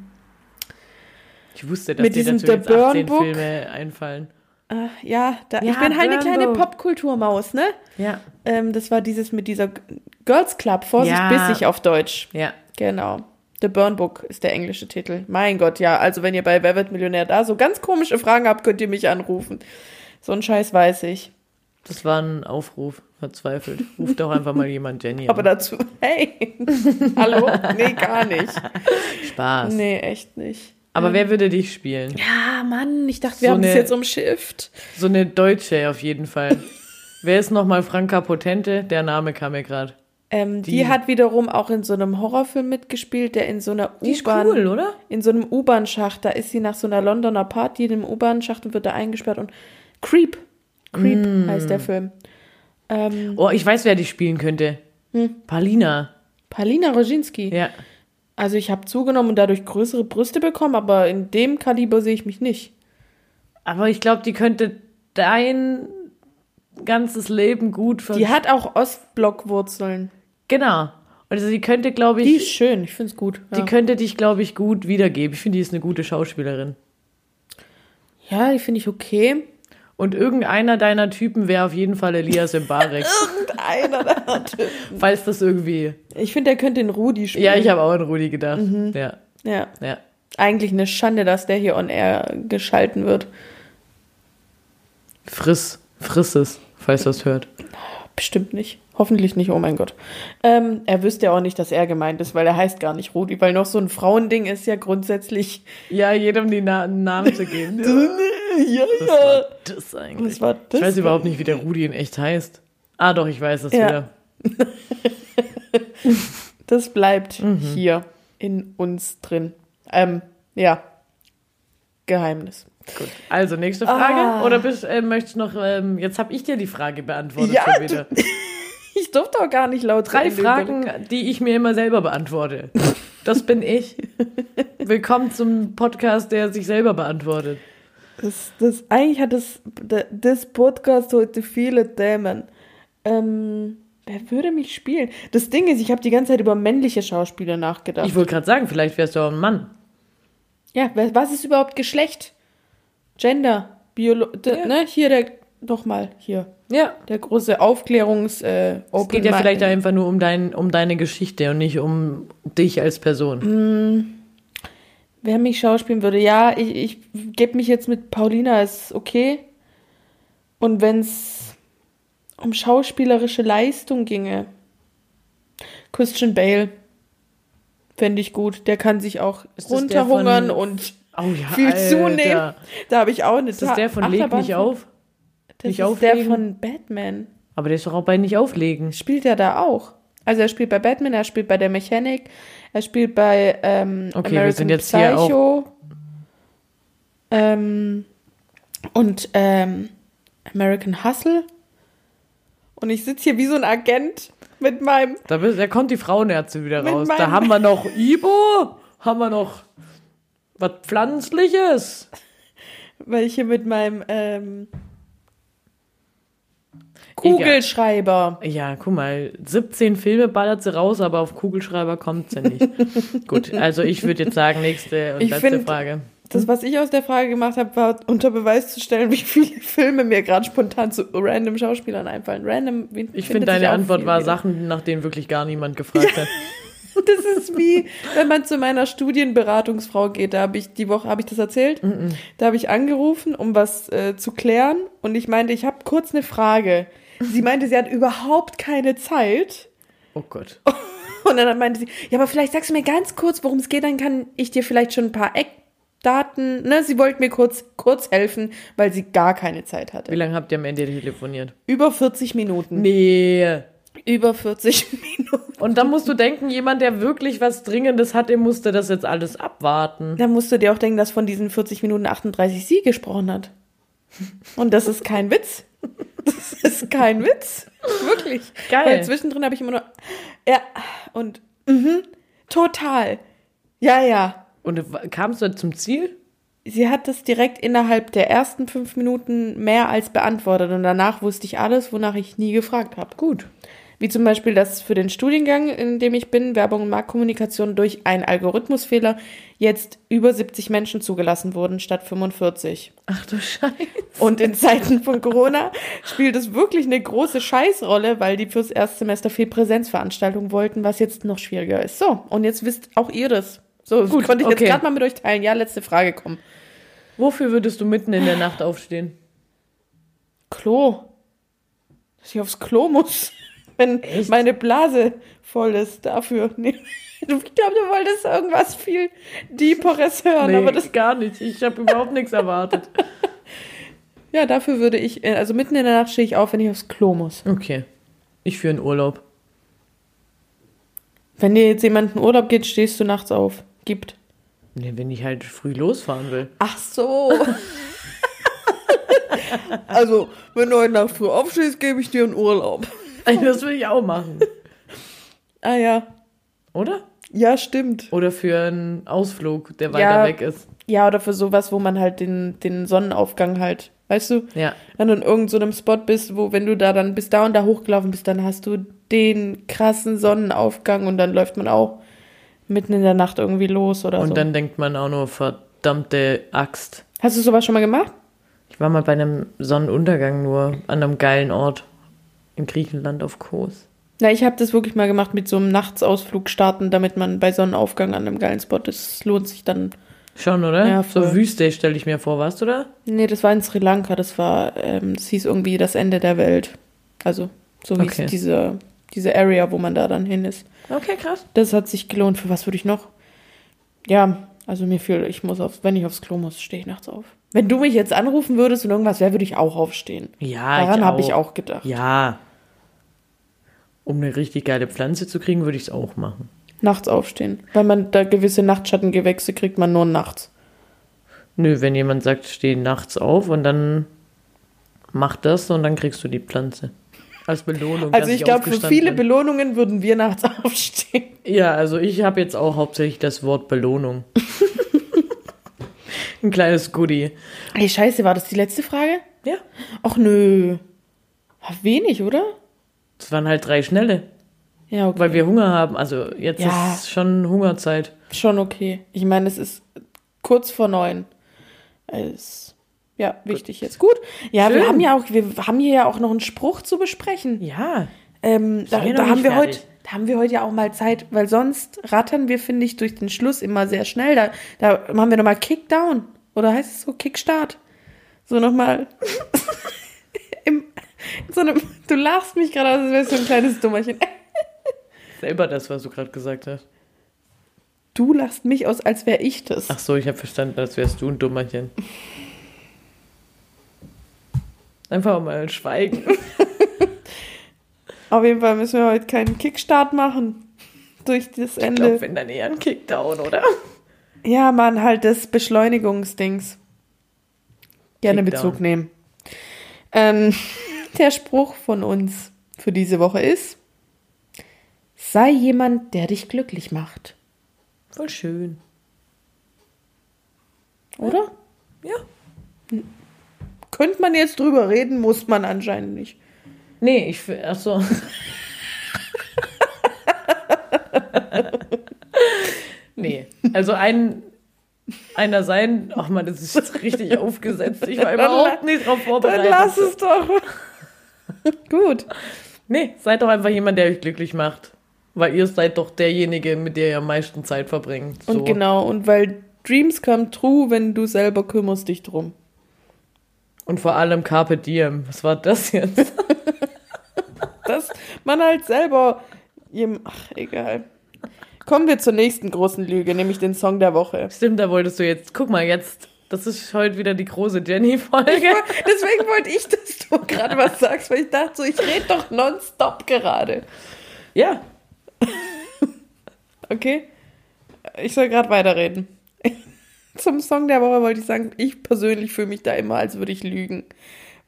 [SPEAKER 1] Ich wusste, dass
[SPEAKER 4] Mit
[SPEAKER 1] dir
[SPEAKER 4] diesem
[SPEAKER 1] dazu
[SPEAKER 4] The
[SPEAKER 1] jetzt
[SPEAKER 4] Burn
[SPEAKER 1] 18
[SPEAKER 4] Book.
[SPEAKER 1] Filme einfallen.
[SPEAKER 4] ah, ja, da,
[SPEAKER 1] Ja,
[SPEAKER 4] ich bin halt eine kleine
[SPEAKER 1] Burnbook.
[SPEAKER 4] Popkulturmaus, ne?
[SPEAKER 1] Ja.
[SPEAKER 4] Ähm, das war dieses mit dieser G- Girls Club, Vorsicht
[SPEAKER 1] Ja.
[SPEAKER 4] bissig auf Deutsch.
[SPEAKER 1] Ja.
[SPEAKER 4] Genau. The Burn Book ist der englische Titel. Mein Gott, ja. Also wenn ihr bei Wer wird Millionär da so ganz komische Fragen habt, könnt ihr mich anrufen. So einen Scheiß weiß ich.
[SPEAKER 1] Das war ein Aufruf, verzweifelt. Ruft doch einfach mal jemand [LAUGHS] Jenny
[SPEAKER 4] Aber
[SPEAKER 1] an.
[SPEAKER 4] dazu, [LAUGHS] hey, hallo? Nee, gar nicht.
[SPEAKER 1] Spaß.
[SPEAKER 4] Nee, echt nicht.
[SPEAKER 1] Aber wer würde dich spielen?
[SPEAKER 4] Ja, Mann, ich dachte, wir
[SPEAKER 1] So
[SPEAKER 4] haben das
[SPEAKER 1] eine-
[SPEAKER 4] jetzt umschifft.
[SPEAKER 1] So eine Deutsche auf jeden Fall. wer ist nochmal Franka Potente? Der Name kam mir gerade.
[SPEAKER 4] Ähm, die,
[SPEAKER 1] Die-
[SPEAKER 4] hat wiederum auch in so einem Horrorfilm mitgespielt, der in so einer
[SPEAKER 1] Die ist
[SPEAKER 4] U-Bahn,
[SPEAKER 1] cool, oder?
[SPEAKER 4] in so einem U-Bahn-Schacht, da ist sie nach so einer Londoner Party in einem U-Bahn-Schacht und wird da eingesperrt und Creep, Creep heißt der Film. Ähm,
[SPEAKER 1] Oh, ich weiß, wer die spielen könnte. Palina.
[SPEAKER 4] Paulina Roginski.
[SPEAKER 1] Ja.
[SPEAKER 4] Also ich habe zugenommen und dadurch größere Brüste bekommen, aber in dem Kaliber sehe ich mich nicht.
[SPEAKER 1] Aber ich glaube, die könnte dein ganzes Leben gut ver
[SPEAKER 4] Die hat auch Ostblock-Wurzeln.
[SPEAKER 1] Genau. Also die könnte, glaube
[SPEAKER 4] Die ist
[SPEAKER 1] ich,
[SPEAKER 4] schön, ich finde es gut.
[SPEAKER 1] die,
[SPEAKER 4] Ja.
[SPEAKER 1] könnte dich, glaube ich, gut wiedergeben. Ich finde, die ist eine gute Schauspielerin.
[SPEAKER 4] ja, die finde ich okay.
[SPEAKER 1] Und irgendeiner deiner Typen wäre auf jeden Fall Elias Mbarek,
[SPEAKER 4] Einer da hat.
[SPEAKER 1] falls das irgendwie.
[SPEAKER 4] Ich finde, der könnte den Rudi spielen.
[SPEAKER 1] Ja, ich habe auch an Rudi gedacht. Ja,
[SPEAKER 4] Ja.
[SPEAKER 1] ja.
[SPEAKER 4] Eigentlich eine Schande, dass der hier on air geschalten wird.
[SPEAKER 1] Friss, friss es, falls das hört.
[SPEAKER 4] Bestimmt nicht. Hoffentlich nicht, oh mein Gott. Ähm, er wüsste ja auch nicht, dass er gemeint ist, weil er heißt gar nicht Rudi, weil noch so ein Frauending ist ja grundsätzlich. [LAUGHS]
[SPEAKER 1] Ja, jedem die Na einen Namen zu [LAUGHS] geben.
[SPEAKER 4] Ja,
[SPEAKER 1] Was war das eigentlich?
[SPEAKER 4] Was war das?
[SPEAKER 1] Ich weiß überhaupt nicht, wie der Rudi in echt heißt. Ah, doch, ich weiß es
[SPEAKER 4] Ja.
[SPEAKER 1] wieder.
[SPEAKER 4] Das bleibt
[SPEAKER 1] Mhm.
[SPEAKER 4] hier in uns drin. Ähm, ja. Geheimnis.
[SPEAKER 1] Gut. Also, nächste Frage.
[SPEAKER 4] Ah.
[SPEAKER 1] Oder bist, äh, möchtest du noch, ähm, jetzt habe ich dir die Frage
[SPEAKER 4] [LAUGHS]
[SPEAKER 1] beantwortet
[SPEAKER 4] Ja,
[SPEAKER 1] schon wieder.
[SPEAKER 4] Ich durfte auch gar nicht laut
[SPEAKER 1] Drei
[SPEAKER 4] reden.
[SPEAKER 1] Fragen, die ich mir immer selber beantworte. Das
[SPEAKER 4] [LAUGHS]
[SPEAKER 1] bin ich. Willkommen zum Podcast, der sich selber beantwortet.
[SPEAKER 4] Das, das, eigentlich hat das, da- das Podcast heute viele Themen. Ähm, wer würde mich spielen? Das Ding ist, ich habe die ganze Zeit über männliche Schauspieler nachgedacht.
[SPEAKER 1] Ich wollte gerade sagen, vielleicht wärst du auch ein Mann.
[SPEAKER 4] ja, wer- was ist überhaupt Geschlecht? Gender, Biolo... d-
[SPEAKER 1] Ja.
[SPEAKER 4] Ne, hier der... Nochmal, hier.
[SPEAKER 1] Ja.
[SPEAKER 4] Der große Aufklärungs... Äh,
[SPEAKER 1] Es geht ja vielleicht einfach nur um, dein, um deine Geschichte und nicht um dich als
[SPEAKER 4] Mm.
[SPEAKER 1] Person.
[SPEAKER 4] Wer mich schauspielen würde, ja, ich, ich gebe mich jetzt mit Paulina, ist okay. Und wenn es um schauspielerische Leistung ginge, Christian Bale fände ich gut. Der kann sich auch
[SPEAKER 1] Ist das der
[SPEAKER 4] runterhungern
[SPEAKER 1] von-
[SPEAKER 4] und
[SPEAKER 1] Oh ja,
[SPEAKER 4] viel
[SPEAKER 1] Alter.
[SPEAKER 4] zunehmen. Da habe ich auch eine
[SPEAKER 1] Ist das der von Leg nicht auf?
[SPEAKER 4] Das
[SPEAKER 1] nicht
[SPEAKER 4] ist der
[SPEAKER 1] auflegen?
[SPEAKER 4] von Batman.
[SPEAKER 1] Aber der ist doch auch bei nicht auflegen.
[SPEAKER 4] Spielt er da auch? Also er spielt bei Batman, er spielt bei der Mechanik, er spielt bei ähm,
[SPEAKER 1] Okay,
[SPEAKER 4] American
[SPEAKER 1] wir sind jetzt
[SPEAKER 4] Psycho.
[SPEAKER 1] hier
[SPEAKER 4] Ähm, und ähm, American Hustle. Und ich sitze hier wie so ein Agent mit meinem.
[SPEAKER 1] Da, bist, da kommt die Frauenärztin wieder
[SPEAKER 4] Mit
[SPEAKER 1] raus. Da
[SPEAKER 4] meinem-
[SPEAKER 1] haben wir noch Ibo, haben wir noch was Pflanzliches.
[SPEAKER 4] Weil ich hier mit meinem ähm,
[SPEAKER 1] Egal.
[SPEAKER 4] Kugelschreiber.
[SPEAKER 1] Ja, guck mal, 17 Filme ballert sie raus, aber auf Kugelschreiber kommt
[SPEAKER 4] [LAUGHS]
[SPEAKER 1] sie nicht. Gut, also ich würde jetzt sagen, nächste und
[SPEAKER 4] Ich
[SPEAKER 1] letzte
[SPEAKER 4] find-
[SPEAKER 1] Frage.
[SPEAKER 4] Das, was ich aus der Frage gemacht habe, war unter Beweis zu stellen, [LAUGHS] wie viele Filme mir gerade spontan zu random Schauspielern einfallen. Random. wen
[SPEAKER 1] Ich finde,
[SPEAKER 4] findet sich
[SPEAKER 1] deine
[SPEAKER 4] auch
[SPEAKER 1] Antwort
[SPEAKER 4] viel
[SPEAKER 1] war
[SPEAKER 4] wieder.
[SPEAKER 1] Sachen, nach denen wirklich gar niemand gefragt hat.
[SPEAKER 4] [LAUGHS] Das ist wie, wenn man zu meiner Studienberatungsfrau geht. Da habe ich die Woche, habe ich das erzählt?
[SPEAKER 1] Mhm.
[SPEAKER 4] Da habe ich angerufen, um was äh, zu klären. Und ich meinte, ich habe kurz eine Frage. Sie meinte, sie hat überhaupt keine Zeit.
[SPEAKER 1] Oh Gott.
[SPEAKER 4] Und dann meinte sie, ja, aber vielleicht sagst du mir ganz kurz, worum es geht, dann kann ich dir vielleicht schon ein paar Eckdaten. Ne, sie wollte mir kurz, kurz helfen, weil sie gar keine Zeit
[SPEAKER 1] Wie
[SPEAKER 4] hatte.
[SPEAKER 1] lange habt ihr am Ende telefoniert?
[SPEAKER 4] Über 40 Minuten.
[SPEAKER 1] Nee.
[SPEAKER 4] Über 40 [LAUGHS] Minuten.
[SPEAKER 1] Und dann musst du denken, jemand, der wirklich was Dringendes hat, der musste das jetzt alles abwarten.
[SPEAKER 4] Da musst du dir auch denken, dass von diesen 40 Minuten 38 sie gesprochen hat. Und das ist kein Witz. Das ist kein Witz. Wirklich.
[SPEAKER 1] Geil.
[SPEAKER 4] Weil zwischendrin habe ich immer nur. Ja, und mhm, total. Ja, ja.
[SPEAKER 1] Und w- kamst du zum Ziel?
[SPEAKER 4] Sie hat das direkt innerhalb der ersten fünf Minuten mehr als beantwortet und danach wusste ich alles, wonach ich nie gefragt habe.
[SPEAKER 1] Gut.
[SPEAKER 4] Wie zum Beispiel, dass für den Studiengang, in dem ich bin, Werbung und Marktkommunikation durch einen Algorithmusfehler jetzt über 70 Menschen zugelassen wurden statt 45.
[SPEAKER 1] Ach du Scheiße.
[SPEAKER 4] Und in Zeiten von Corona spielt es wirklich eine große Scheißrolle, weil die fürs Erstsemester viel Präsenzveranstaltungen wollten, was jetzt noch schwieriger ist. So, und jetzt wisst auch ihr das. So, das
[SPEAKER 1] Gut,
[SPEAKER 4] konnte ich
[SPEAKER 1] okay.
[SPEAKER 4] jetzt gerade mal mit euch teilen. Ja, letzte Frage, komm.
[SPEAKER 1] Wofür würdest du mitten in der Nacht aufstehen?
[SPEAKER 4] Klo. dass ich aufs Klo muss, [LAUGHS] wenn
[SPEAKER 1] Echt?
[SPEAKER 4] meine Blase voll ist dafür. [LAUGHS] Nee. Ich glaube, du wolltest irgendwas viel deeperes hören,
[SPEAKER 1] Nee,
[SPEAKER 4] aber das,
[SPEAKER 1] gar nicht. Ich habe überhaupt nichts erwartet.
[SPEAKER 4] ja, dafür würde ich, äh, also mitten in der Nacht stehe ich auf, wenn ich aufs Klo muss.
[SPEAKER 1] Okay. Ich führe einen Urlaub.
[SPEAKER 4] Wenn dir jetzt jemand in Urlaub geht, stehst du nachts auf. Gibt.
[SPEAKER 1] Nee, wenn ich halt früh losfahren will.
[SPEAKER 4] Ach so. [LAUGHS] also, wenn du heute Nacht früh aufstehst, gebe ich dir einen Urlaub.
[SPEAKER 1] Das will ich auch machen.
[SPEAKER 4] Ah ja.
[SPEAKER 1] Oder?
[SPEAKER 4] Ja, stimmt.
[SPEAKER 1] Oder für einen Ausflug, der weiter
[SPEAKER 4] Ja.
[SPEAKER 1] weg ist.
[SPEAKER 4] Ja, oder für sowas, wo man halt den, den Sonnenaufgang halt, weißt du,
[SPEAKER 1] Ja.
[SPEAKER 4] wenn du in irgendeinem so einem Spot bist, wo wenn du da dann bis da und da hochgelaufen bist, dann hast du den krassen Sonnenaufgang und dann läuft man auch mitten in der Nacht irgendwie los oder
[SPEAKER 1] Und
[SPEAKER 4] so.
[SPEAKER 1] dann denkt man auch nur, verdammte Axt.
[SPEAKER 4] hast du sowas schon mal gemacht?
[SPEAKER 1] Ich war mal bei einem Sonnenuntergang nur an einem geilen Ort in Griechenland auf Kos.
[SPEAKER 4] Na, ich habe das wirklich mal gemacht mit so einem Nachtsausflug starten, damit man bei Sonnenaufgang an einem geilen Spot ist. Das lohnt sich dann.
[SPEAKER 1] Schon, oder?
[SPEAKER 4] Ja, voll.
[SPEAKER 1] so Wüste stelle ich mir vor, warst du da?
[SPEAKER 4] Nee, das war in Sri Lanka, das war, ähm, das hieß irgendwie das Ende der Welt. Also, so hieß
[SPEAKER 1] Okay.
[SPEAKER 4] diese, diese Area, wo man da dann hin ist.
[SPEAKER 1] Okay, krass.
[SPEAKER 4] Das hat sich gelohnt. Für was würde ich noch? Ja, also mir fühle ich muss auf, wenn ich aufs Klo muss, stehe ich nachts auf. Wenn du mich jetzt anrufen würdest und irgendwas wäre, würde ich auch aufstehen.
[SPEAKER 1] Ja,
[SPEAKER 4] Daran
[SPEAKER 1] ich
[SPEAKER 4] habe
[SPEAKER 1] auch.
[SPEAKER 4] ich auch gedacht.
[SPEAKER 1] Ja. Um eine richtig geile Pflanze zu kriegen, würde ich es auch machen.
[SPEAKER 4] Nachts aufstehen. Weil man da gewisse Nachtschattengewächse kriegt man nur nachts.
[SPEAKER 1] Nö, wenn jemand sagt, steh nachts auf und dann mach das und dann kriegst du die Pflanze. Als Belohnung. dass
[SPEAKER 4] Also ich glaube, für
[SPEAKER 1] aufgestanden
[SPEAKER 4] viele
[SPEAKER 1] bin.
[SPEAKER 4] Belohnungen würden wir nachts [LAUGHS] aufstehen.
[SPEAKER 1] Ja, also ich habe jetzt auch hauptsächlich das Wort [LAUGHS] Belohnung. Ein kleines Goodie.
[SPEAKER 4] Ey, scheiße, war das die letzte Frage?
[SPEAKER 1] Ja.
[SPEAKER 4] Ach nö. War Wenig, oder?
[SPEAKER 1] Das waren halt drei schnelle,
[SPEAKER 4] Ja, okay.
[SPEAKER 1] weil wir Hunger haben. Also jetzt
[SPEAKER 4] Mhm. Ja.
[SPEAKER 1] ist schon Hungerzeit.
[SPEAKER 4] Schon okay. Ich meine, es ist kurz vor neun. Es, ja, wichtig jetzt. Gut. Ja, wir
[SPEAKER 1] Schön.
[SPEAKER 4] haben ja auch, wir haben hier ja auch noch einen Spruch zu besprechen.
[SPEAKER 1] Ja.
[SPEAKER 4] Ähm, da,
[SPEAKER 1] Sind wir noch
[SPEAKER 4] da haben
[SPEAKER 1] nicht
[SPEAKER 4] wir heute,
[SPEAKER 1] fertig?
[SPEAKER 4] da haben wir heute ja auch mal Zeit, weil sonst rattern wir, finde ich, durch den Schluss immer sehr schnell. Da, da machen wir nochmal Kickdown. Oder heißt es so Kickstart? So nochmal. [LAUGHS] Im, in so einem, du lachst mich gerade aus, als wärst du ein kleines Dummerchen.
[SPEAKER 1] Selber das, was du gerade gesagt hast.
[SPEAKER 4] Du lachst mich aus, als wäre ich das.
[SPEAKER 1] Ach so, ich habe verstanden, als wärst du ein Dummerchen. Einfach mal schweigen.
[SPEAKER 4] Auf jeden Fall müssen wir heute keinen Kickstart machen. Durch das
[SPEAKER 1] Ich glaube,
[SPEAKER 4] Ende.
[SPEAKER 1] wenn dann eher ein Kickdown, oder?
[SPEAKER 4] Ja, Mann, halt des Beschleunigungsdings. Gerne
[SPEAKER 1] Kickdown.
[SPEAKER 4] Bezug nehmen. Ähm, [LAUGHS] der Spruch von uns für diese Woche ist: Sei jemand, der dich glücklich macht.
[SPEAKER 1] Voll schön.
[SPEAKER 4] Oder?
[SPEAKER 1] Ja.
[SPEAKER 4] Könnte man jetzt drüber reden, muss man anscheinend nicht.
[SPEAKER 1] Nee, ich. f-
[SPEAKER 4] [LAUGHS]
[SPEAKER 1] Ach so. nee, also ein. Einer sein. Ach man, das ist jetzt richtig aufgesetzt. Ich war
[SPEAKER 4] Dann la-
[SPEAKER 1] überhaupt nicht drauf
[SPEAKER 4] Dann
[SPEAKER 1] vorbereitet.
[SPEAKER 4] lass es doch. [LAUGHS] Gut.
[SPEAKER 1] Nee, seid doch einfach jemand, der euch glücklich macht. Weil ihr seid doch derjenige, mit der ihr am meisten Zeit verbringt. So.
[SPEAKER 4] Und genau, und weil Dreams come true, wenn du selber kümmerst dich drum.
[SPEAKER 1] Und vor allem Carpe Diem. Was war das
[SPEAKER 4] [LAUGHS]
[SPEAKER 1] jetzt?
[SPEAKER 4] dass man halt selber. jem- Ach, egal. Kommen wir zur nächsten großen Lüge, nämlich den Song der Woche.
[SPEAKER 1] Stimmt, da wolltest du jetzt. Guck mal, jetzt. Das ist heute wieder die große Jenny-Folge.
[SPEAKER 4] Deswegen wollte ich, dass du gerade was sagst, weil ich dachte so, ich rede doch nonstop gerade.
[SPEAKER 1] [LAUGHS] ja.
[SPEAKER 4] Okay? Ich soll gerade weiterreden. [LAUGHS] Zum Song der Woche wollte ich sagen, ich persönlich fühle mich da immer, als würde ich lügen.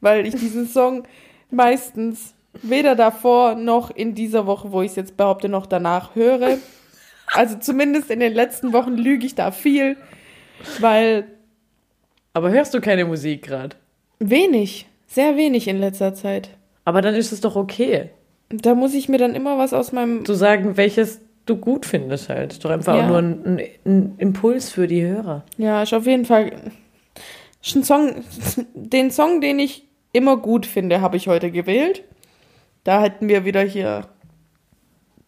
[SPEAKER 4] Weil ich diesen Song meistens weder davor noch in dieser Woche, wo ich es jetzt behaupte, noch danach höre. Also zumindest in den letzten Wochen lüge ich da viel, weil
[SPEAKER 1] Aber hörst du keine Musik gerade?
[SPEAKER 4] wenig, sehr wenig in letzter Zeit.
[SPEAKER 1] Aber dann ist es doch okay.
[SPEAKER 4] Da muss ich mir dann immer was aus meinem
[SPEAKER 1] zu sagen, welches du gut findest halt. Ist Doch einfach
[SPEAKER 4] Ja.
[SPEAKER 1] auch nur ein, ein, ein Impuls für die Hörer.
[SPEAKER 4] Ja, ist auf jeden Fall ist ein Song. [LAUGHS] Den Song, den ich immer gut finde, habe ich heute gewählt. Da hätten wir wieder hier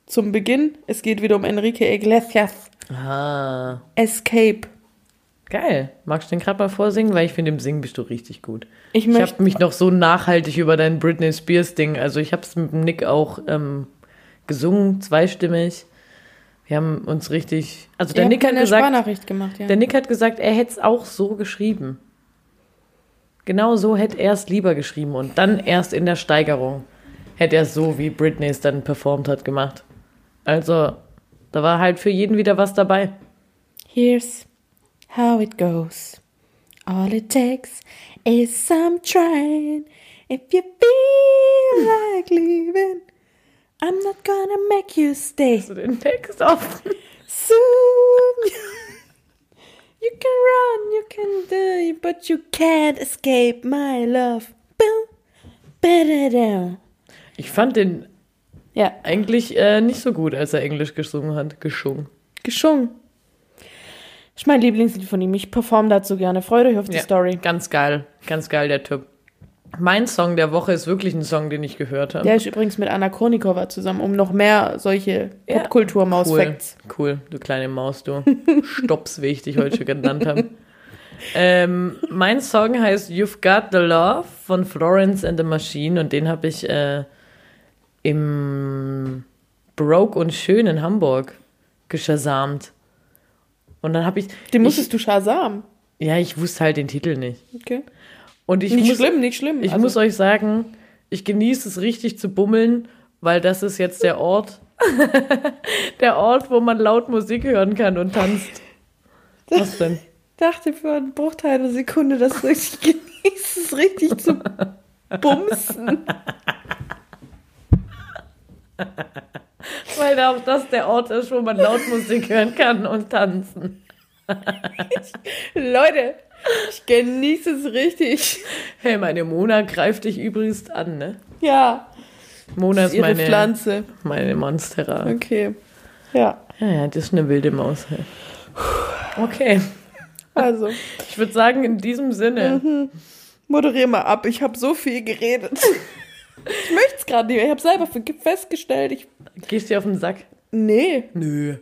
[SPEAKER 4] zum Beginn. Es geht wieder um Enrique Iglesias
[SPEAKER 1] Ah,
[SPEAKER 4] Escape.
[SPEAKER 1] Geil. Magst du den gerade mal vorsingen? Weil ich finde, im Singen bist du richtig gut.
[SPEAKER 4] Ich
[SPEAKER 1] Ich
[SPEAKER 4] möchte.
[SPEAKER 1] habe mich noch so nachhaltig über dein Britney Spears Ding, also ich habe es mit dem Nick auch ähm, gesungen, zweistimmig. Wir haben uns richtig, also der
[SPEAKER 5] Ihr
[SPEAKER 1] Nick
[SPEAKER 5] habt
[SPEAKER 1] hat
[SPEAKER 5] eine
[SPEAKER 1] gesagt,
[SPEAKER 5] Sparnachricht gemacht, ja.
[SPEAKER 1] der Nick hat gesagt, er hätte es auch so geschrieben. Genau so hätte er es lieber geschrieben und dann erst in der Steigerung hätte er es so, wie Britney es dann performt hat, gemacht. Also, da war halt für jeden wieder was dabei.
[SPEAKER 5] Here's how it goes. All it takes is some trying. If you feel like leaving, I'm not gonna make you stay.
[SPEAKER 1] So den Text auf.
[SPEAKER 5] Soon [LAUGHS] you can run, you can die, but you can't escape my love. Boom, ba-da-dum.
[SPEAKER 1] Ich fand den
[SPEAKER 5] Ja,
[SPEAKER 1] eigentlich äh, nicht so gut, als er Englisch gesungen hat. Geschungen.
[SPEAKER 5] geschwungen. Das ist mein Lieblingslied von ihm. Ich performe dazu gerne. Freude hilft die
[SPEAKER 1] Ja,
[SPEAKER 5] Story.
[SPEAKER 1] Ganz geil, ganz geil, der Typ. Mein Song der Woche ist wirklich ein Song, den ich gehört habe.
[SPEAKER 5] Der ist übrigens mit Anna Kournikova zusammen, um noch mehr solche
[SPEAKER 1] Ja. cool,
[SPEAKER 5] Popkultur-Maus-Facts.
[SPEAKER 1] cool, du kleine Maus, du. Stops, wie ich dich heute schon genannt habe. Ähm, mein Song heißt You've Got the Love von Florence and the Machine und den habe ich äh, im Broke und Schön in Hamburg geschasamt. Und dann habe ich.
[SPEAKER 5] Den
[SPEAKER 1] ich,
[SPEAKER 5] musstest du Shazam.
[SPEAKER 1] Ja, ich wusste halt den Titel nicht.
[SPEAKER 5] Okay.
[SPEAKER 1] Und ich
[SPEAKER 5] Nicht
[SPEAKER 1] muss,
[SPEAKER 5] schlimm, nicht schlimm. Also
[SPEAKER 1] Ich muss euch sagen, ich genieße es richtig zu bummeln, weil das ist jetzt der Ort, [LAUGHS] der Ort, wo man laut Musik hören kann und tanzt. Was denn?
[SPEAKER 5] dachte für einen Bruchteil einer Sekunde, dass du [LAUGHS] richtig genießt, es richtig
[SPEAKER 1] [LAUGHS]
[SPEAKER 5] zu bumsen.
[SPEAKER 1] [LAUGHS] Weil auch das der Ort ist, wo man laut Musik hören kann und tanzen.
[SPEAKER 5] Leute, ich genieße es richtig.
[SPEAKER 1] Hey, meine Mona greift dich übrigens an, ne?
[SPEAKER 5] Ja,
[SPEAKER 1] Mona
[SPEAKER 5] das
[SPEAKER 1] ist
[SPEAKER 5] ist ihre
[SPEAKER 1] meine,
[SPEAKER 5] Pflanze.
[SPEAKER 1] meine Monstera.
[SPEAKER 5] Okay. Ja,
[SPEAKER 1] Ja, ja, das ist eine wilde Maus. Hey. Okay,
[SPEAKER 5] also,
[SPEAKER 1] ich würde sagen, in diesem Sinne.
[SPEAKER 5] moderier mal ab. Ich habe so viel geredet. Ich möchte es gerade nicht mehr. Ich habe selber festgestellt, ich.
[SPEAKER 1] Gehst du dir auf den Sack?
[SPEAKER 5] Nee,
[SPEAKER 1] Nö.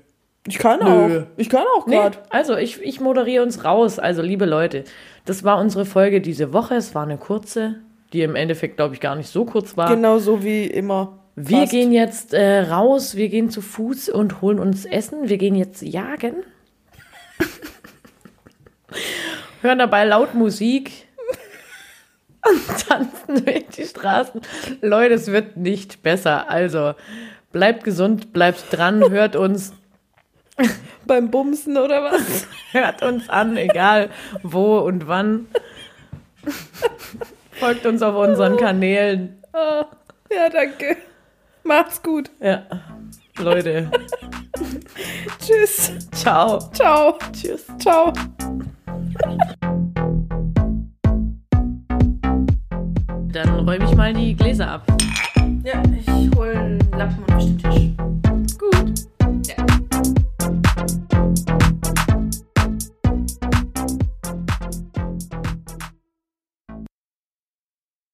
[SPEAKER 5] ich kann
[SPEAKER 1] Nö.
[SPEAKER 5] auch. Ich kann auch
[SPEAKER 1] Nee,
[SPEAKER 5] gerade.
[SPEAKER 1] also ich, ich moderiere uns raus. Also liebe Leute, das war unsere Folge diese Woche. Es war eine kurze, die im Endeffekt, glaube ich, gar nicht so kurz war.
[SPEAKER 5] Genau so wie immer.
[SPEAKER 1] Ah. wir
[SPEAKER 5] Fast.
[SPEAKER 1] gehen jetzt äh, raus, wir gehen zu Fuß und holen uns Essen. Wir gehen
[SPEAKER 5] [LAUGHS]
[SPEAKER 1] jetzt jagen. Hören dabei laut Musik und tanzen durch die Straßen. Leute, es wird nicht besser. Also bleibt gesund, bleibt dran, hört uns,
[SPEAKER 5] Beim Bumsen oder was?
[SPEAKER 1] [LAUGHS] Hört uns an, egal wo und wann. Folgt uns auf unseren Kanälen.
[SPEAKER 5] Ja, danke. Macht's gut.
[SPEAKER 1] Ja. Leute,
[SPEAKER 5] Tschüss.
[SPEAKER 1] ciao.
[SPEAKER 5] Ciao. Tschüss. Ciao.
[SPEAKER 1] Dann räume ich mal die Gläser ab.
[SPEAKER 4] Ja, ich hole einen Lappen und den Tisch.